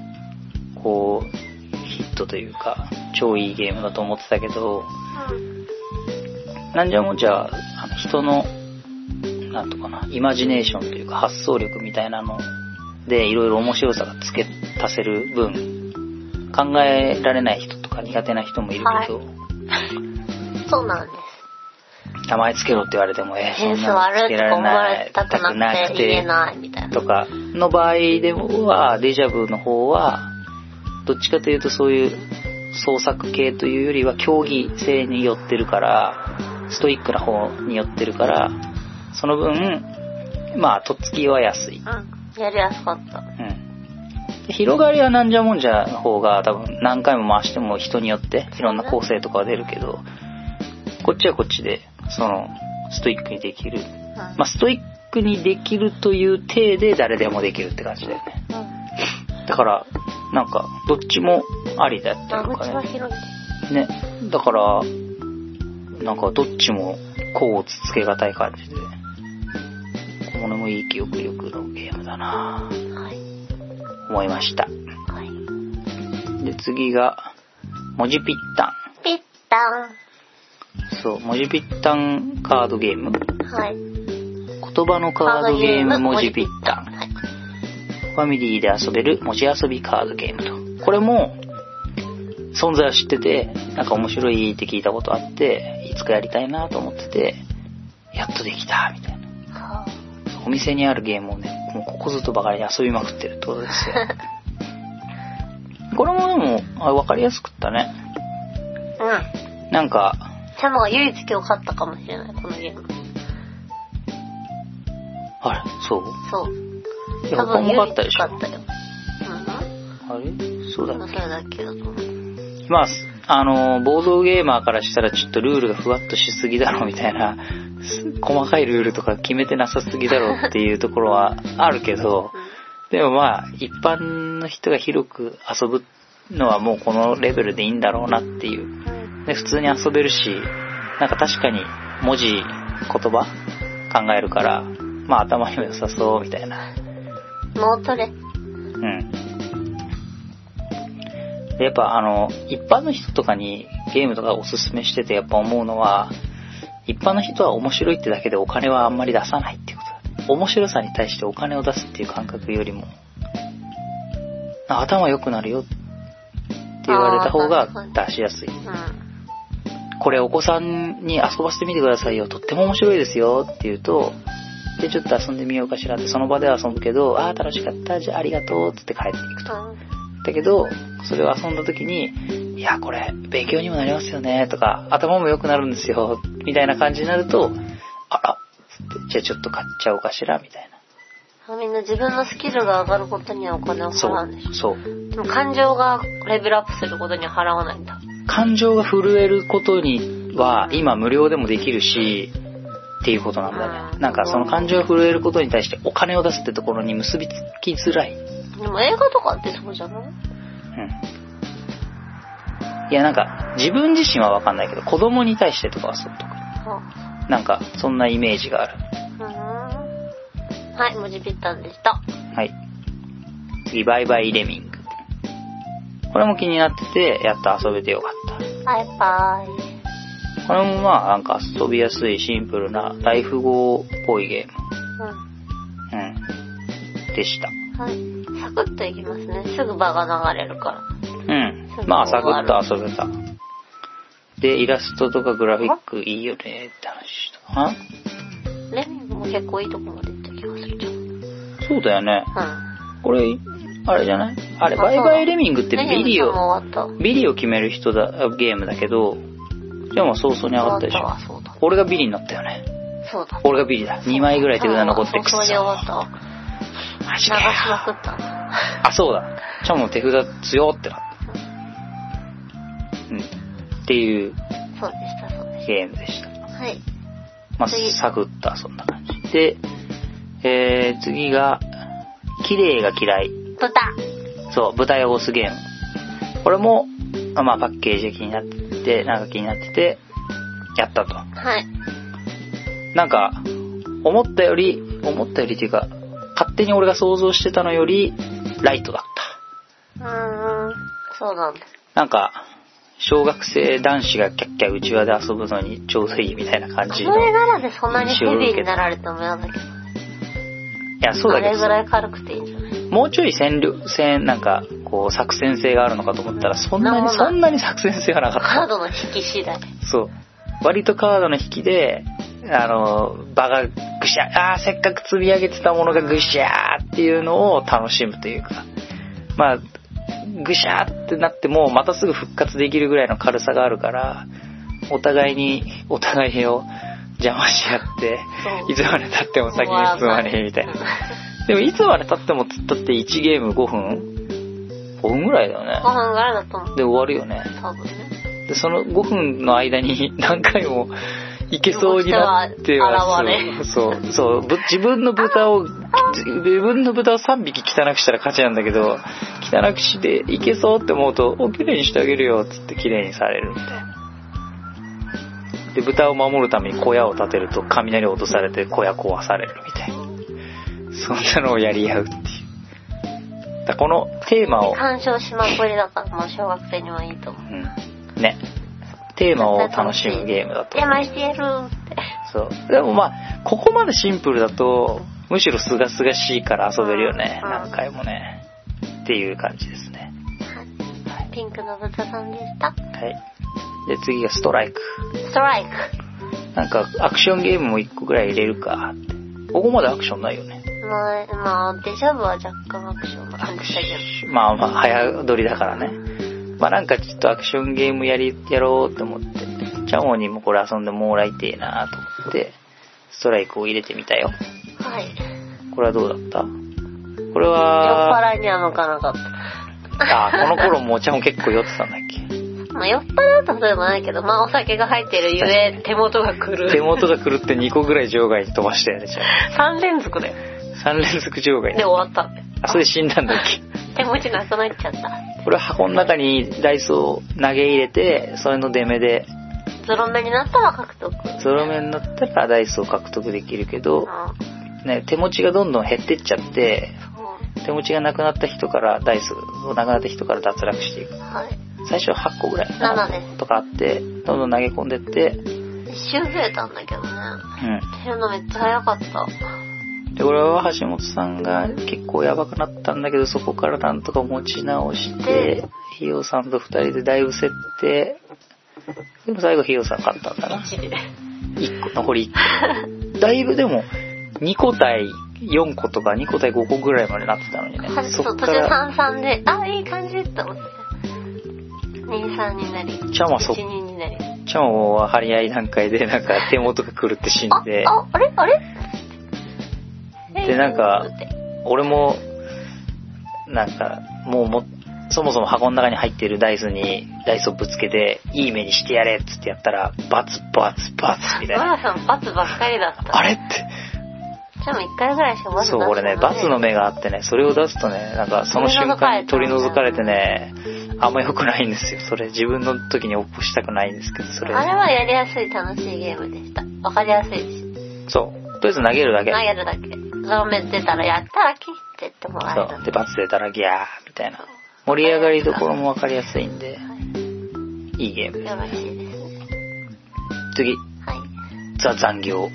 S1: こうヒットというか超いいゲームだと思ってたけどなんじゃもんじゃはあの人のなんとかなイマジネーションというか発想力みたいなのでいろいろ面白さがつけ足せる分考えられない人とか苦手な人もいるけど、
S2: そうなんです。
S1: 名前つけろって言われてもえーそ
S2: セン
S1: ん
S2: ス
S1: なのつ
S2: 悪い
S1: け
S2: と
S1: られ
S2: か思わ
S1: な
S2: れ
S1: い
S2: たくなくて言えないみたいな。
S1: とかの場合では、デジャブの方は、どっちかというとそういう創作系というよりは競技性に寄ってるから、ストイックな方に寄ってるから、その分、まあ、とっつきは安い。
S2: うん。やりやすかった。
S1: うん。で広がりはなんじゃもんじゃの方が多分何回も回しても人によっていろんな構成とかは出るけど、こっちはこっちで、その、ストイックにできる。
S2: うん
S1: まあ、ストイックにできるという体で誰でもできるって感じだよね。
S2: うん。
S1: だから、なんか、どっちもありだった
S2: 間
S1: りと
S2: 口
S1: か
S2: は
S1: ね。
S2: 広い。
S1: ね。だから、なんか、どっちも、こう、つつけがたい感じで。これもいい記憶力のゲームだなぁ
S2: はい。
S1: 思いました。
S2: はい。
S1: で、次が、文字ぴった
S2: ピッタ
S1: ん。そう、文字ぴったんカードゲーム。
S2: ン。はい。
S1: 言葉のカードゲーム文字ぴったん。
S2: はい。
S1: ファミリーで遊べる文字遊びカードゲームと。これも、存在を知ってて、なんか面白いって聞いたことあって、いつかやりたいなと思ってて、やっとできた、みたいな。
S2: は
S1: お店にあるゲームをね、もうここずっとばかり遊びまくってるってことですよ。 これもでも、あわかりやすくったね。
S2: あうん。
S1: なんか、
S2: チャモが唯一今日勝ったかもしれない、このゲーム。
S1: あれ、そう。
S2: そう。
S1: いや、他も勝ったでしょ。
S2: 勝ったよ。うん。
S1: あれそうだ
S2: まあ
S1: っ
S2: そ
S1: け
S2: れだけだと思う。
S1: まあ、あの、ボードゲーマーからしたらちょっとルールがふわっとしすぎだろみたいな、 す細かいルールとか決めてなさすぎだろっていうところはあるけど、でもまあ、一般の人が広く遊ぶのはもうこのレベルでいいんだろうなっていう。
S2: うん。
S1: で、普通に遊べるし、なんか確かに文字、言葉考えるから、まあ頭にも良さそうみたいな。
S2: 脳トレ。
S1: うん。でやっぱあの、一般の人とかにゲームとかおすすめしててやっぱ思うのは、一般の人は面白いってだけでお金はあんまり出さないってことだね。面白さに対してお金を出すっていう感覚よりも、あ頭良くなるよって言われた方
S2: あー
S1: が
S2: 確か
S1: 出しやすい。
S2: うん。
S1: これお子さんに遊ばせてみてくださいよ。とっても面白いですよって言うと、で、ちょっと遊んでみようかしらって、その場では遊ぶけど、ああ、楽しかった、じゃあありがとうってって帰っていくと。だけど、それを遊んだ時に、いや、これ、勉強にもなりますよね、とか、頭も良くなるんですよ、みたいな感じになると、あら、つってじゃあちょっと買っちゃおうかしら、みたいな。
S2: うん。みんな自分のスキルが上がることにはお金を
S1: そ
S2: 払うんでし
S1: う、そう。
S2: ょ。もう感情がレベルアップすることには払わないんだ。
S1: 感情が震えることには
S2: うん
S1: 今無料でもできるしっていうことなんだよ
S2: う
S1: ね
S2: ん
S1: なんかその感情が震えることに対してお金を出すってところに結びつきづらい、う
S2: でも映画とかってそうじゃない
S1: ん、いやなんか自分自身は分かんないけど子供に対してとかはそうとか
S2: あ
S1: なんかそんなイメージがある
S2: うん。はい、文字ぴったんでした。
S1: はい。リバイバイレミング。これも気になってて、やっと遊べてよかった。
S2: バイバイ。
S1: これもまあなんか遊びやすいシンプルなライフ号っぽいゲーム。
S2: う
S1: うん。でした。
S2: ん。はい。サクッといきますね。すぐ場が流れるから。
S1: うん。まあサクッと遊べた。で、イラストとかグラフィックいいよねって話したかな。
S2: レミングも結構いいとこまで行った気がするじゃん。うん。
S1: そうだよね。これ、あれじゃないあれ、バイバイレミングってビデ
S2: レミングさんも
S1: オ、
S2: 終わった。
S1: ビリを決める人だ、ゲームだけど、でも早々に上がったでし
S2: 終わ
S1: ょ。
S2: わそうだ。
S1: 俺がビリになったよね。
S2: そうだ。
S1: 俺がビリだ。2枚ぐらい手札残って
S2: く
S1: く
S2: っ
S1: っそ。
S2: そう
S1: マ
S2: 終わったわ。流
S1: ジ
S2: し
S1: かよ
S2: まくったな。
S1: あ、そうだ。チャモの手札強ってなった。うん。っていう
S2: そうでした、そうでし
S1: ゲームでした。
S2: た。はい。
S1: まあ
S2: 次、
S1: サクッと遊んな感じ。で、えー、次が、綺麗が嫌い。
S2: 豚。
S1: そう、舞台を押すゲーム。これも、あまあパッケージが気になってて、なんか気になってて、やったと。
S2: はい。
S1: なんか、思ったより、思ったよりっていうか、勝手に俺が想像してたのより、ライトだった。
S2: うーん。そうなんだ。
S1: なんか、小学生男子がキャッキャうちわで遊ぶのにちょうどいいみたいな感
S2: こ
S1: じの。
S2: の絵
S1: い
S2: 柄でそんなにヘビーになられても嫌だけど。
S1: や、そう
S2: あ
S1: だけ
S2: れ
S1: ど
S2: ぐら
S1: さ
S2: い軽くていいんじゃない
S1: もうちょい戦略、戦、なんか、こう、作戦性があるのかと思ったら、そんなに、
S2: なんもない
S1: そんなに作戦性がなか
S2: カ
S1: っ
S2: ードの引き次第。
S1: た。そう。割とカードの引きで、あの、場がぐしゃ、あーせっかく積み上げてたものがぐしゃーっていうのを楽しむというか、まあ、ぐしゃーってなっても、またすぐ復活できるぐらいの軽さがあるから、お互いに、お互いを邪魔し合って、
S2: そう
S1: いつまで経っても先に進まねえみたいな。でも、いつまで経ってもつったって1ゲーム5分 ?5 分ぐらいだよ
S2: ご
S1: ね。
S2: 飯柄だと思う。
S1: で、終わるよね。
S2: 多分ね。
S1: で、その5分の間 に何回もいけそうになっては
S2: 現れ
S1: そう、そう、そうぶ自分の豚を、自分の豚を3匹汚くしたら勝ちなんだけど、汚くしていけそうって思うと、お、綺麗にしてあげるよ、つって綺麗にされるみたいな。で、豚を守るために小屋を建てると雷を落とされて小屋壊されるみたいな。そんなのをやり合うっていう。だからこのテーマを、
S2: 干渉しまくりだから、もう小学生にはいいと思う。
S1: うん、ね。テーマを楽しむゲームだと
S2: 邪。魔してやるーって。
S1: そう。でもまあ、ここまでシンプルだと、むしろすがすがしいから遊べるよね。
S2: うん
S1: 何回もね。っていう感じですね。はい。
S2: ピンクの豚さんでした。
S1: はい。で、次がストライク。
S2: ストライク。
S1: なんか、アクションゲームも1個ぐらい入れるかって。ここまでアクションないよね。
S2: まあ、まあ、デジャブは若干アクションな感じだけど。
S1: まあまあ、早撮りだからね。まあなんかちょっとアクションゲームやり、やろうと思って、チャモにもこれ遊んでもらいてえなと思って、ストライクを入れてみたよ。
S2: はい。
S1: これはどうだったこれ
S2: 酔っ
S1: は、
S2: 払いには向かなかった。
S1: あ、この頃もお茶も結構酔ってたんだっ け
S2: まあ、酔っ払うとそうでもないけど、まあ、お酒が入ってるゆえ、手元が狂う。
S1: 手 元が狂って2個ぐらい場外に飛ばしたよね、じゃあ。
S2: 3連続だよ。
S1: 3連続場外
S2: で、終。わったんで。
S1: あ、それで死んだんだっけ
S2: 手持ちなくなっちゃった。
S1: これは箱の中にダイスを投げ入れて、それの出目で、
S2: ゾロ目になったら獲得。
S1: ゾロ目になったらダイスを獲得できるけど、
S2: あ
S1: ね、手持ちがどんどん減ってっちゃって、
S2: そう
S1: 手持ちがなくなった人から、ダイスをなくなった人から脱落していく。
S2: はい。
S1: 最初は8個ぐらい。
S2: なので
S1: とかあって、どんどん投げ込んでって、う
S2: 一周増えたんだけどね。
S1: ん。
S2: 減るのめっちゃ早かった。
S1: で、俺は橋本さんが結構やばくなったんだけど、そこからなんとか持ち直して、ひよさんと二人でだいぶ競って、でも最後ひよさん勝ったんだな。
S2: 1で。
S1: 一個、残り1個。だ いぶでも、2個対4個とか2個対5個ぐらいまでなってたのにね。そ
S2: そ
S1: っ
S2: う途
S1: か
S2: 中
S1: ら、
S2: 33で、あ、いい感じって思って。23になり、
S1: ちゃんはそ
S2: 12になり。
S1: チャモは張り合い段階でなんか手元が狂って死ん
S2: あ
S1: で、、
S2: あ、あれあれ
S1: でなんか
S2: えーって
S1: 俺も、なんか、もうも、そもそも箱の中に入っているダイスにダイスをぶつけて、いい目にしてやれっつってやったら、バツバツバツみたい
S2: マ
S1: な。
S2: ラさんバツばっかりだった。
S1: あれって。
S2: チャム一回ぐらいしかバツ
S1: そう、俺ね、バツの目があってね、それを出すとね、なんかその瞬間に取り除かれてね、あんま良くないんですよ。それ自分の時に起こしたくないんですけど、それ。
S2: あれはやりやすい楽しいゲームでした。わかりやすいし。
S1: そう。とりあえず投げるだけ
S2: 投。げるだけ。画面出たら、やったら切ってってもらえ
S1: そう。で、
S2: る。
S1: バツ出たらギャーみたいな。盛り上がりどころもわかりやすいんで、いいゲーム。
S2: よろしいですね。
S1: 次、
S2: はい。
S1: ザ残業。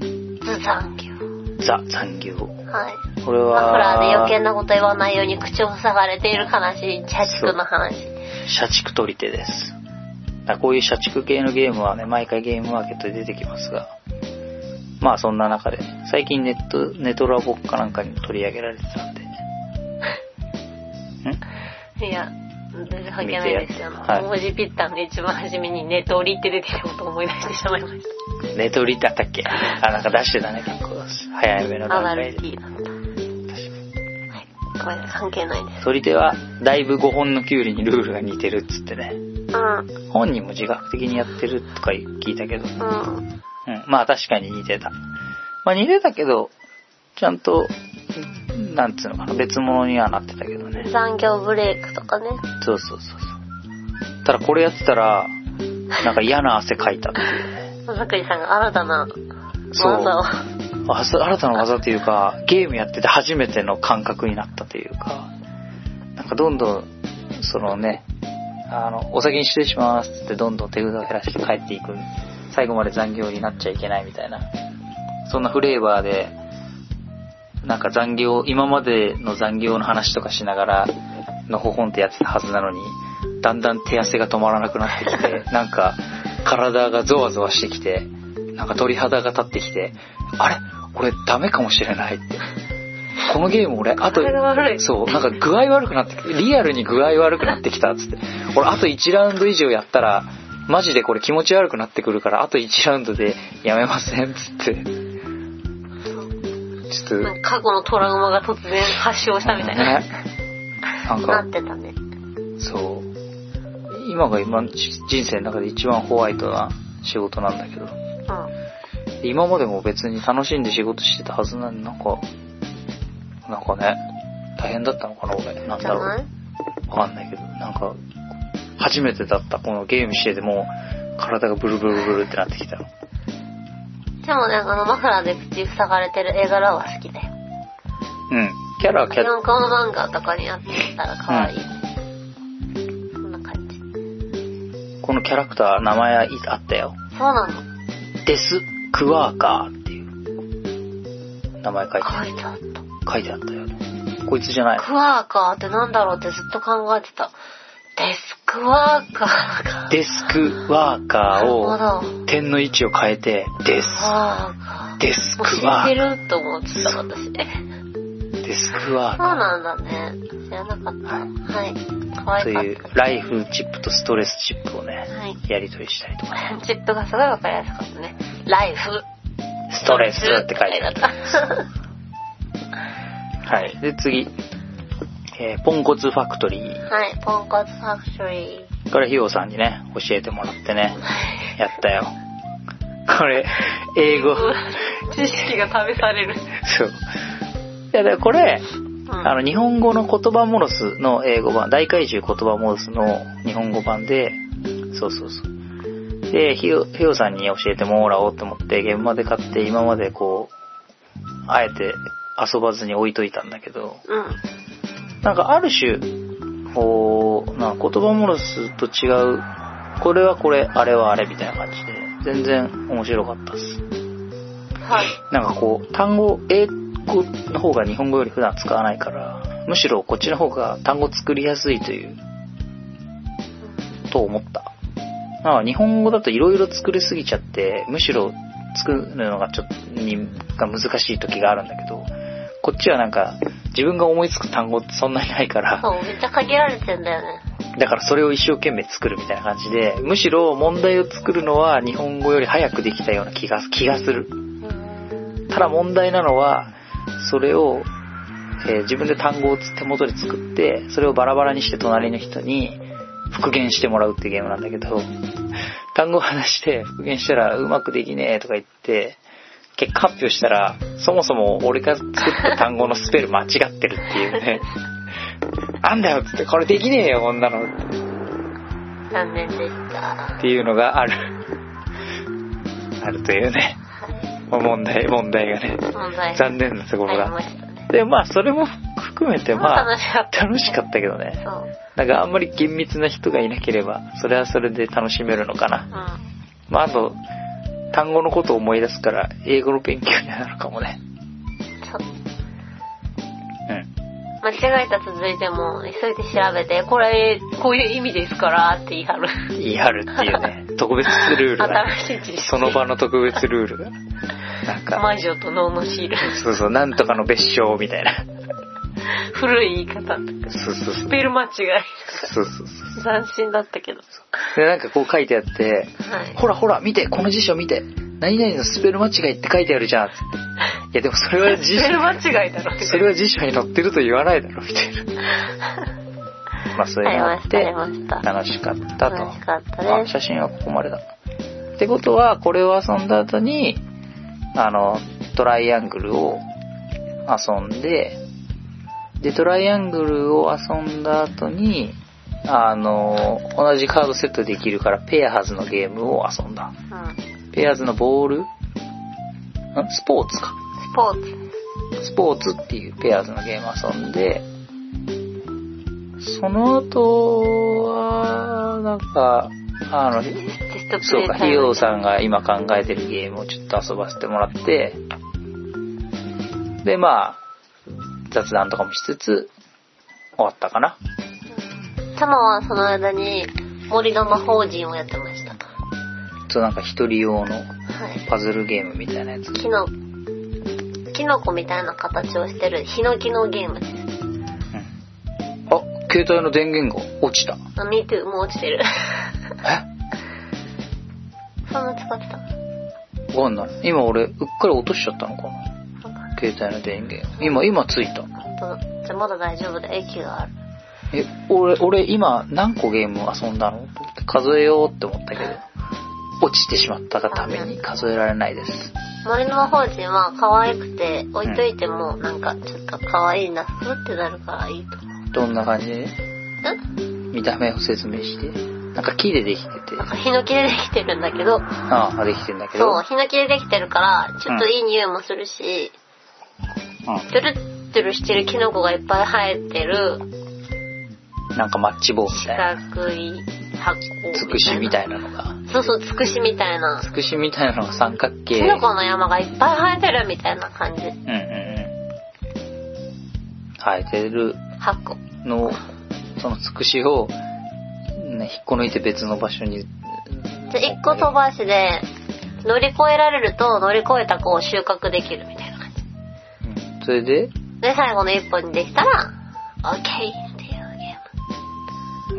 S2: ズ残業。
S1: ザ残業。
S2: はい。
S1: これ
S2: マフラーで余計
S1: は、
S2: なこと言わないように口を塞がれている悲しい社畜の話。
S1: 社畜取り手です。だからこういう社畜系のゲームはね、毎回ゲームマーケットで出てきますが、まあそんな中で、最近ネット、ネトラボかなんかにも取り上げられてたんで、ん
S2: いや、全然関係ないですよ。
S1: 見てやはい
S2: 文字ピッタンで一番初めにネトリって出てきたことを思い出してしまいまし
S1: ネトリだったっけあ、なんか出してたね、結構。早めの
S2: た。ア
S1: 段
S2: ナ
S1: 階
S2: ル
S1: で
S2: キ。ーだった。はい。これ関係ないです。
S1: 取り手は、だいぶ5本のキュウリにルールが似てるっつってね。
S2: うん。
S1: 本人も自覚的にやってるとか聞いたけど、うん。
S2: うん。
S1: まあ確かに似てた。まあ似てたけど、ちゃんと、なんつうのかな、別物にはなってたけどね。
S2: 残業ブレイクとかね。
S1: そうそうそうそう。ただこれやってたら、なんか嫌な汗かいたっていうね。
S2: 野崎さんが新たな
S1: そう
S2: 技を。
S1: あそう新たな技というか、ゲームやってて初めての感覚になったというか、なんかどんどん、そのね、あの、お先に失礼しますってどんどん手札を減らして帰っていく。最後まで残業になっちゃいけないみたいな。そんなフレーバーで、なんか残業、今までの残業の話とかしながら、のほほんってやってたはずなのに、だんだん手汗が止まらなくなってきて、なんか、体がゾワゾワしてきて、なんか鳥肌が立ってきて、あれ俺ダメかもしれないって。このゲーム俺、 あと
S2: 体が悪、い
S1: そう、なんか具合悪くなってきて、リアルに具合悪くなってきたっつって。俺あと1ラウンド以上やったら、マジでこれ気持ち悪くなってくるから、あと1ラウンドでやめませんっつって。ちょっと
S2: なん、か過去のトラウマが突然発症したみたいな。
S1: ねなん
S2: な
S1: か
S2: っ、てたね。
S1: そう。今が今のじ人生の中で一番ホワイトな仕事なんだけど、
S2: うん。
S1: 今までも別に楽しんで仕事してたはずなのになんか、なんかね、大変だったのかな俺。なん
S2: じ
S1: だ
S2: ゃ
S1: ろう
S2: ない。
S1: わかんないけど、なんか、初めてだったこのゲームしてても、体がブルブルブルってなってきたの。
S2: でもね、あのマフラーで口塞がれてる絵柄は好きだよ。
S1: うん。キャラはキャラ、
S2: 4コマ漫画とかにあったら可愛い。そんな感じ。
S1: このキャラクター、名前はいあったよ。
S2: そうなの。
S1: デス・クワーカーっていう、名前書いてあ
S2: 書いてあった。
S1: る書いてあったよ。こいつじゃない。
S2: クワーカーってなんだろうってずっと考えてた。デスクワーカーか。
S1: デスクワーカー
S2: な
S1: を、
S2: るほど。
S1: 点の位置を変えて、デス、
S2: ワーカー。
S1: デス
S2: もう知
S1: クワ
S2: って
S1: ーカ
S2: ると思ってた私。
S1: ー、デスクワー
S2: そう
S1: カ
S2: なんだね。知らなかった。はい。可
S1: ーと
S2: 愛かっ
S1: いう、ライフチップとストレスチップをね、
S2: はい
S1: やり取りしたりとか。
S2: た。チップがすごいわかりやすかったね。ライフ。
S1: ストレスって書いてある。
S2: る。
S1: はい。で、次。えーポンコツファクトリー。
S2: はい。ポンコツファクトリ
S1: これ、ひよさんにね、教えてもらってね
S2: ー。、はい。
S1: やったよ。これ、英語。
S2: 知識が試される。
S1: そう。いや、だからこれ、
S2: うん。
S1: あの、日本語の言葉モロスの英語版、大怪獣言葉モロスの日本語版で、そうそうそう。で、ひよ、ひよさんに教えてもらおうと思って、現場で買って、今までこう、あえて遊ばずに置いといたんだけど、
S2: うん。
S1: なんかある種、こう、なんか言葉モロスと違う、これはこれ、あれはあれみたいな感じで、全然面白かったっす。
S2: はい。
S1: なんかこう、単語、英語の方が日本語より普段使わないから、むしろこっちの方が単語作りやすいという、と思った。まあ日本語だと色々作りすぎちゃって、むしろ作るのがちょっとに、が難しい時があるんだけど、こっちはなんか、自分が思いつく単語ってそんなにないから、
S2: そう、めっちゃ限られてんだよね。
S1: だからそれを一生懸命作るみたいな感じで、むしろ問題を作るのは日本語より早くできたような気が気がする。
S2: うん。
S1: ただ問題なのは、それをえー自分で単語をつ手元で作って、それをバラバラにして隣の人に復元してもらうっていうゲームなんだけど、 単語を話して復元したらうまくできねえとか言って、結果発表したら、そもそも俺が作った単語のスペル間違ってるっていうね。 あんだよっつって、これできねえよ、こんなの。
S2: 残念でした。
S1: っていうのがある。あるというね。
S2: はい。
S1: 問題、問題がね。
S2: 問題
S1: 残念なところ
S2: あり
S1: が
S2: ま。したね。
S1: で、まあ、それも含めて、まあ、
S2: 楽しかった。
S1: 楽しかったけどね。
S2: そう。
S1: なんかあんまり厳密な人がいなければ、それはそれで楽しめるのかな。
S2: う
S1: まあ、あと、単語のことを思い出すから、英語の勉強になるかもね。
S2: ん。そう。
S1: うん。
S2: 間違えた続いても、急いで調べて、これ、こういう意味ですから、って言い張る。
S1: 言い張るっていうね、 特別ルールが、
S2: 新しい知識。
S1: その場の特別ルールが。なん か、
S2: 魔女と脳のシール。
S1: そうそう、なんとかの別称みたいな。
S2: 古い言い方。
S1: そうそうそ
S2: ス
S1: う。
S2: ペル 間違い。
S1: そうそうそう。
S2: 斬新だったけど。
S1: で、なんかこう書いてあって、
S2: はい。
S1: ほらほら、見て、この辞書見て。何々のスペル間違いって書いてあるじゃん。つっていや、でもそれは
S2: ス
S1: 辞
S2: ペル
S1: 書、
S2: 間違いだろ。
S1: それは辞書に載ってると言わないだろ、みたい な。まあ、そ
S2: あ
S1: れ
S2: り
S1: があ
S2: ま
S1: っ
S2: した、あ
S1: て
S2: り、ました。
S1: 楽しかったと。
S2: 楽しかった
S1: まあ
S2: です。
S1: 写真はここまでだ。ってことは、これを遊んだ後に、あの、トライアングルを遊んで、で、トライアングルを遊んだ後に、あの、同じカードセットできるから、ペアハズのゲームを遊んだ。
S2: うん。
S1: ペアーズのボールんスポーツか。
S2: スポーツ。
S1: スポーツっていうペアーズのゲームを遊んで、その後は、なんか、あの、
S2: テストプ
S1: そ
S2: レ
S1: う
S2: イ
S1: か、
S2: タ
S1: ヒ
S2: イ
S1: ヨ
S2: ム。
S1: さんが今考えてるゲームをちょっと遊ばせてもらって、で、まあ、雑談とかもしつつ、終わったかな。
S2: タマはその間に、森の魔法人をやってました。
S1: そう、なんか一人用の
S2: はい。
S1: パズルゲームみたいなやつ。
S2: 木の、キノコみたいな形をしてるヒノキのゲームです。
S1: うんあ、携帯の電源が落ちた。
S2: あ、ミートゥーもう落ちてる。
S1: え
S2: そんな使ってたの
S1: わかんない。今俺、うっかり落としちゃったのかな
S2: なんか
S1: 携帯の電源。今、今ついた。
S2: 本当じゃあまだ大丈夫だ。駅がある。
S1: え、俺、俺今何個ゲーム遊んだのと思って数えようって思ったけど、落ちてしまったがために数えられないです。
S2: 森の魔法人は可愛くて、置いといてもなんかちょっと可愛いな、ふってなるからいいと思う。
S1: どんな感じで
S2: ん
S1: 見た目を説明して。なんか木でできてて。
S2: なんかヒノキでできてるんだけど、
S1: ああ、できてんだけど。
S2: そう、ヒノキでできてるから、ちょっといい匂いもするし、
S1: う
S2: トゥルットゥルしてるキノコがいっぱい生えてる、
S1: ん。なんかマッチ棒み
S2: 四
S1: たいな。
S2: 角い箱みたいな。
S1: つくしみたいなのが。
S2: そうそう、つくしみたいな。
S1: つくしみたいなのが三角形。
S2: キノコの山がいっぱい生えてるみたいな感じ。
S1: うんうんうん。生えてる
S2: 箱。
S1: のを、そのつくしを、ね、引っこ抜いて別の場所に。
S2: で、一個飛ばしで、乗り越えられると乗り越えた子を収穫できるみたいな感じ。
S1: うんそれで、
S2: で、最後の一本にできたら、OK ってい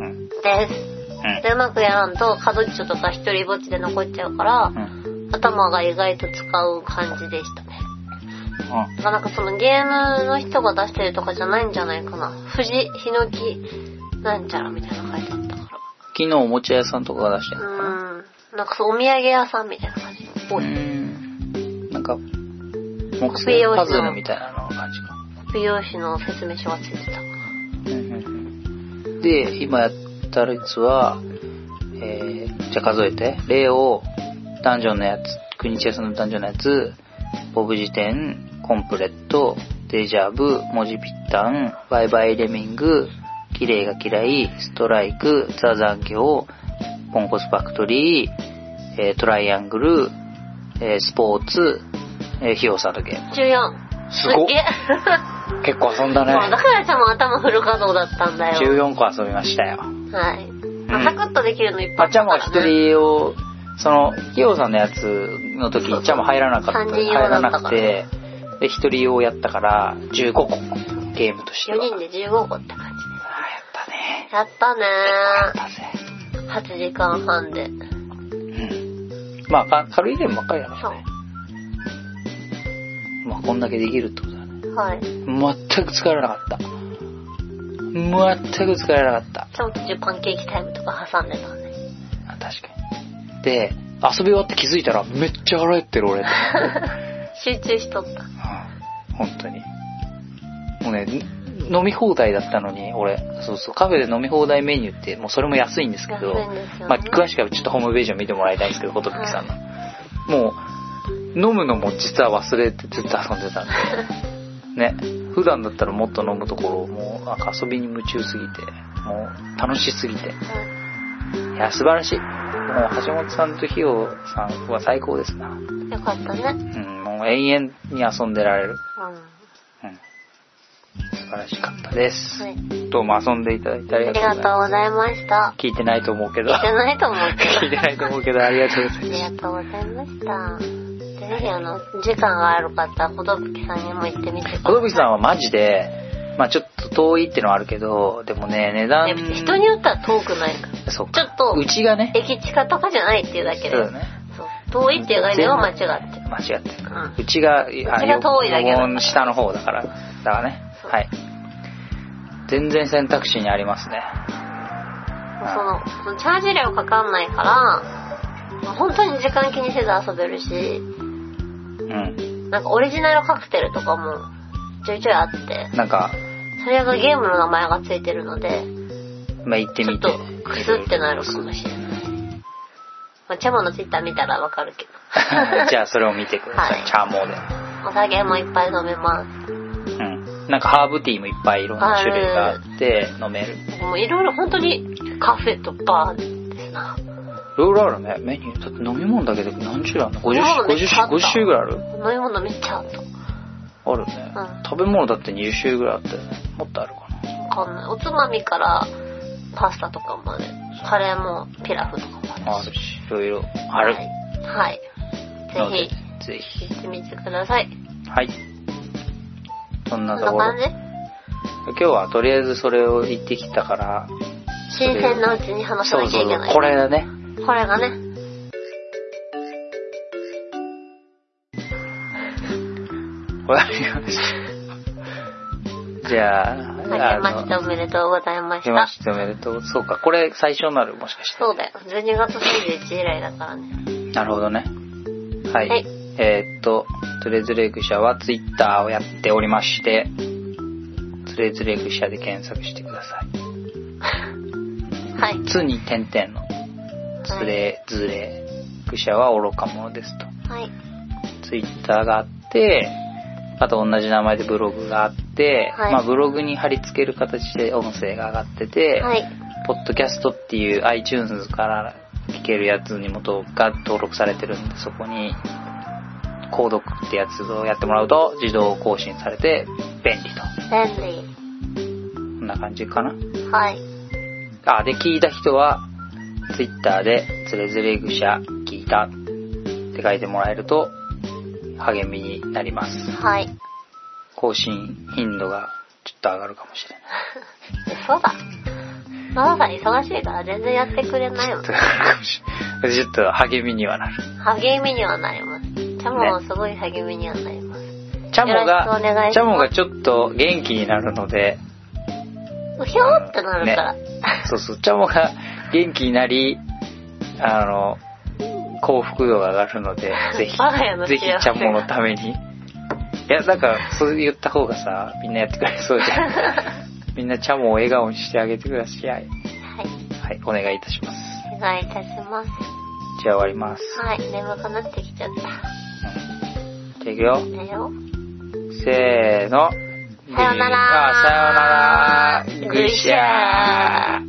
S2: う
S1: うん。うん。
S2: ゲームです。で、うまくやらんと、角っちょとか一人ぼっちで残っちゃうから
S1: う、ん。
S2: 頭が意外と使う感じでしたね。
S1: うん
S2: だからなんかそのゲームの人が出してるとかじゃないんじゃないかな。藤、ヒノキ、なんちゃらみたいなの書いてあったか
S1: 昨日おもちゃ屋さんとかが出して
S2: ら。
S1: る
S2: うーん。なんかそう、お土産屋さんみたいな感じ。
S1: う
S2: おい
S1: ん。なんか、木
S2: ピー
S1: 製
S2: 用紙の
S1: パズルみたいなの感じか。
S2: 美容師の説明書がついてた。
S1: で、今やったやつは、えー、じゃあ数えて。レオ、ダンジョンのやつ、国チェスのダンジョンのやつ、ボブ辞典、コンプレット、デジャブ、文字ぴったん、バイバイレミング、綺麗が嫌い、ストライク、ザ残業、ポンコツファクトリー、えートライアングル、えースポーツ、えー、ヒヨさんのゲーム。
S2: 14。
S1: すごっ
S2: っげえ。
S1: 結構遊んだ
S2: そうだ
S1: ね。
S2: からちゃんも頭フル稼働だったんだよ。
S1: 14個遊びましたよ。
S2: はい。まあ、サクッとできるのいっぱい
S1: あ、ちゃんも
S2: あ
S1: 一
S2: ったからね
S1: 人を、その、ひよさんのやつの時
S2: そうそう
S1: にちゃんも入らなかった。
S2: 三
S1: 入
S2: 人用だ
S1: ら
S2: ったから
S1: なくて、で、一人用やったから、15個、ゲームとしては。
S2: 4人で15個って感
S1: あー
S2: じ。やったね
S1: やったね。
S2: ー。8時間半で。
S1: やったぜ。うん。まあか、軽いゲームばっかりだか
S2: そ
S1: らね。まあ、こんだけできるってことだね。
S2: う。はい。
S1: 全く使われなかった。全く使われなかった。
S2: しかも途中パンケーキタイムとか挟んでたんで。
S1: あ確かに。で、遊び終わって気づいたら、めっちゃ腹減ってる俺。
S2: 集中しとった。
S1: 本当に。もうね、飲み放題だったのに、俺、そうそう、カフェで飲み放題メニューって、もうそれも安いんですけど、
S2: 安いんですよ
S1: ま
S2: ね
S1: あ、詳しくはちょっとホームページを見てもらいたいんですけど、ことぶきさんの。もう、飲むのも実は忘れてずっと遊んでたんで、 ね、普段だったらもっと飲むところを、もう、なんか遊びに夢中すぎて、もう、楽しすぎて。いや、素晴らしい。もう、橋本さんとひよさんは最高ですな。う
S2: うんよかったね。
S1: ん、もう永遠に遊んでられる。
S2: うん。は
S1: うん素晴らしかったです。
S2: い。
S1: どうも遊んでいただいてあ
S2: あ
S1: り
S2: り
S1: がとうございます。
S2: がとうございました。
S1: 聞いてないと思うけど。
S2: じゃないと思うけど。
S1: 聞いてないと思うけど、ありがとうござ
S2: あ
S1: い
S2: り
S1: ま
S2: がとうございました。ぜひあの、時間がある方、ほどぶきさんにも行ってみてくだ
S1: す。
S2: さい。
S1: 小峠さんはマジで、まあちょっと遠いってのはあるけど、でもね、値段
S2: ね、人によっては遠くないから。
S1: そう
S2: ち
S1: か。
S2: ょっと、
S1: うちがね、
S2: 駅近とかじゃないっていうだけで。
S1: そうだね。
S2: そう遠いっていう概念は間違ってる。
S1: 間違ってる。
S2: うん
S1: うちが、う
S2: ちが遠いだけだから
S1: 下の方だから。だからね。
S2: そう
S1: はい。全然選択肢にありますね。
S2: その、そのチャージ料かかんないから、本当に時間気にせず遊べるし、
S1: うん。
S2: なんかオリジナルカクテルとかもちょいちょいあって、
S1: なんか、
S2: それがゲームの名前がついてるので、
S1: まあ行って
S2: ちょ
S1: み。
S2: ってとクスってなるかもしれない。まあ、チャモのツイッター見たらわかる けど。
S1: じゃあそれを見てください。
S2: はい
S1: チャーモーで。
S2: お酒もいっぱい飲めます。
S1: うん。なんかハーブティーもいっぱいいろんな種類があって飲める。
S2: もういろいろ本当にカフェとバーですな。
S1: いろいろあるね、メニュー。だって飲み物だけで何種類あるの ?50
S2: 飲み物
S1: 種、
S2: めっ
S1: 50
S2: ちゃあ
S1: 種、
S2: った
S1: 50種ぐらいある
S2: 飲み物めっちゃあった。
S1: あるね、
S2: うん
S1: 食べ物だって20種類ぐらいあったよね。もっとあるかな。
S2: わかんない。おつまみからパスタとかまで、カレーもピラフとかも
S1: あ
S2: ある
S1: る
S2: し。
S1: し、いろいろある。
S2: はい。
S1: の
S2: は
S1: で
S2: いぜ
S1: ぜ
S2: ひ、行ってみてください。
S1: ひ。はい。そん
S2: こ
S1: なんと
S2: な
S1: ころ
S2: 感。じ
S1: 今日はとりあえずそれを言ってきたから、
S2: 新鮮なうちに話さ
S1: そ
S2: な
S1: う
S2: きゃ
S1: そうそ
S2: いけ
S1: う
S2: な、い。
S1: これだね。
S2: これがね。
S1: わかりま した。じゃあ、
S2: はい、明けまして
S1: あ
S2: おめでとうございま
S1: 明
S2: し
S1: けま
S2: た。
S1: しておめでとう。そうか、これ最初になる、もしかして。
S2: そうだよ。12月31以来だからね。
S1: なるほどね。はい。
S2: はい
S1: えーっと、つれづれ愚者はツイッターをやっておりまして、つれづれ愚者で検索してください。
S2: はい。
S1: つに点々の、つれづれ愚者は愚か者ですと。
S2: はい。
S1: ツイッターがあって、あと同じ名前でブログがあって、
S2: はい
S1: まあブログに貼り付ける形で音声が上がってて、
S2: はい。
S1: ポッドキャストっていう iTunes から聞けるやつにもとが登録されてるんで、そこに、購読ってやつをやってもらうと自動更新されて便利と。
S2: 便
S1: こんな感じかな。
S2: 利。はい。
S1: あ、で、聞いた人は、Twitter で、つれづれ愚者聞いたって書いてもらえると、励みになります。
S2: はい。
S1: 更新頻度がちょっと上がるかもしれない。
S2: 嘘だ。ママさん忙しいから全然やってくれないも
S1: ちょっ
S2: ん
S1: と。上がるかもしれないちょっ と励みにはなる。
S2: 励みにはなります。チャモもすごい励みにはなります。
S1: チャモ
S2: よろしくお願
S1: が、
S2: いし
S1: チ
S2: ます
S1: ャモがちょっと元気になるの で、
S2: うひょーってなるから。
S1: そうそう、チャモが元気になり、あの、幸福度が上がるの で、ぜひ、
S2: 我が家の
S1: ぜ
S2: 幸
S1: ひ
S2: せ
S1: チャモのために。いや、なんか、そう言った方がさ、みんなやってくれそうじゃ ん。みんなチャモを笑顔にしてあげてください。はい、
S2: はい。
S1: お願いいたします。
S2: お願いいたします。
S1: じゃあ終わります。
S2: はい。眠くなってきちゃった。
S1: うんじゃあいくよ。
S2: 寝よう。
S1: せーの。
S2: さよなら
S1: あ、さようなら。ぐしゃー。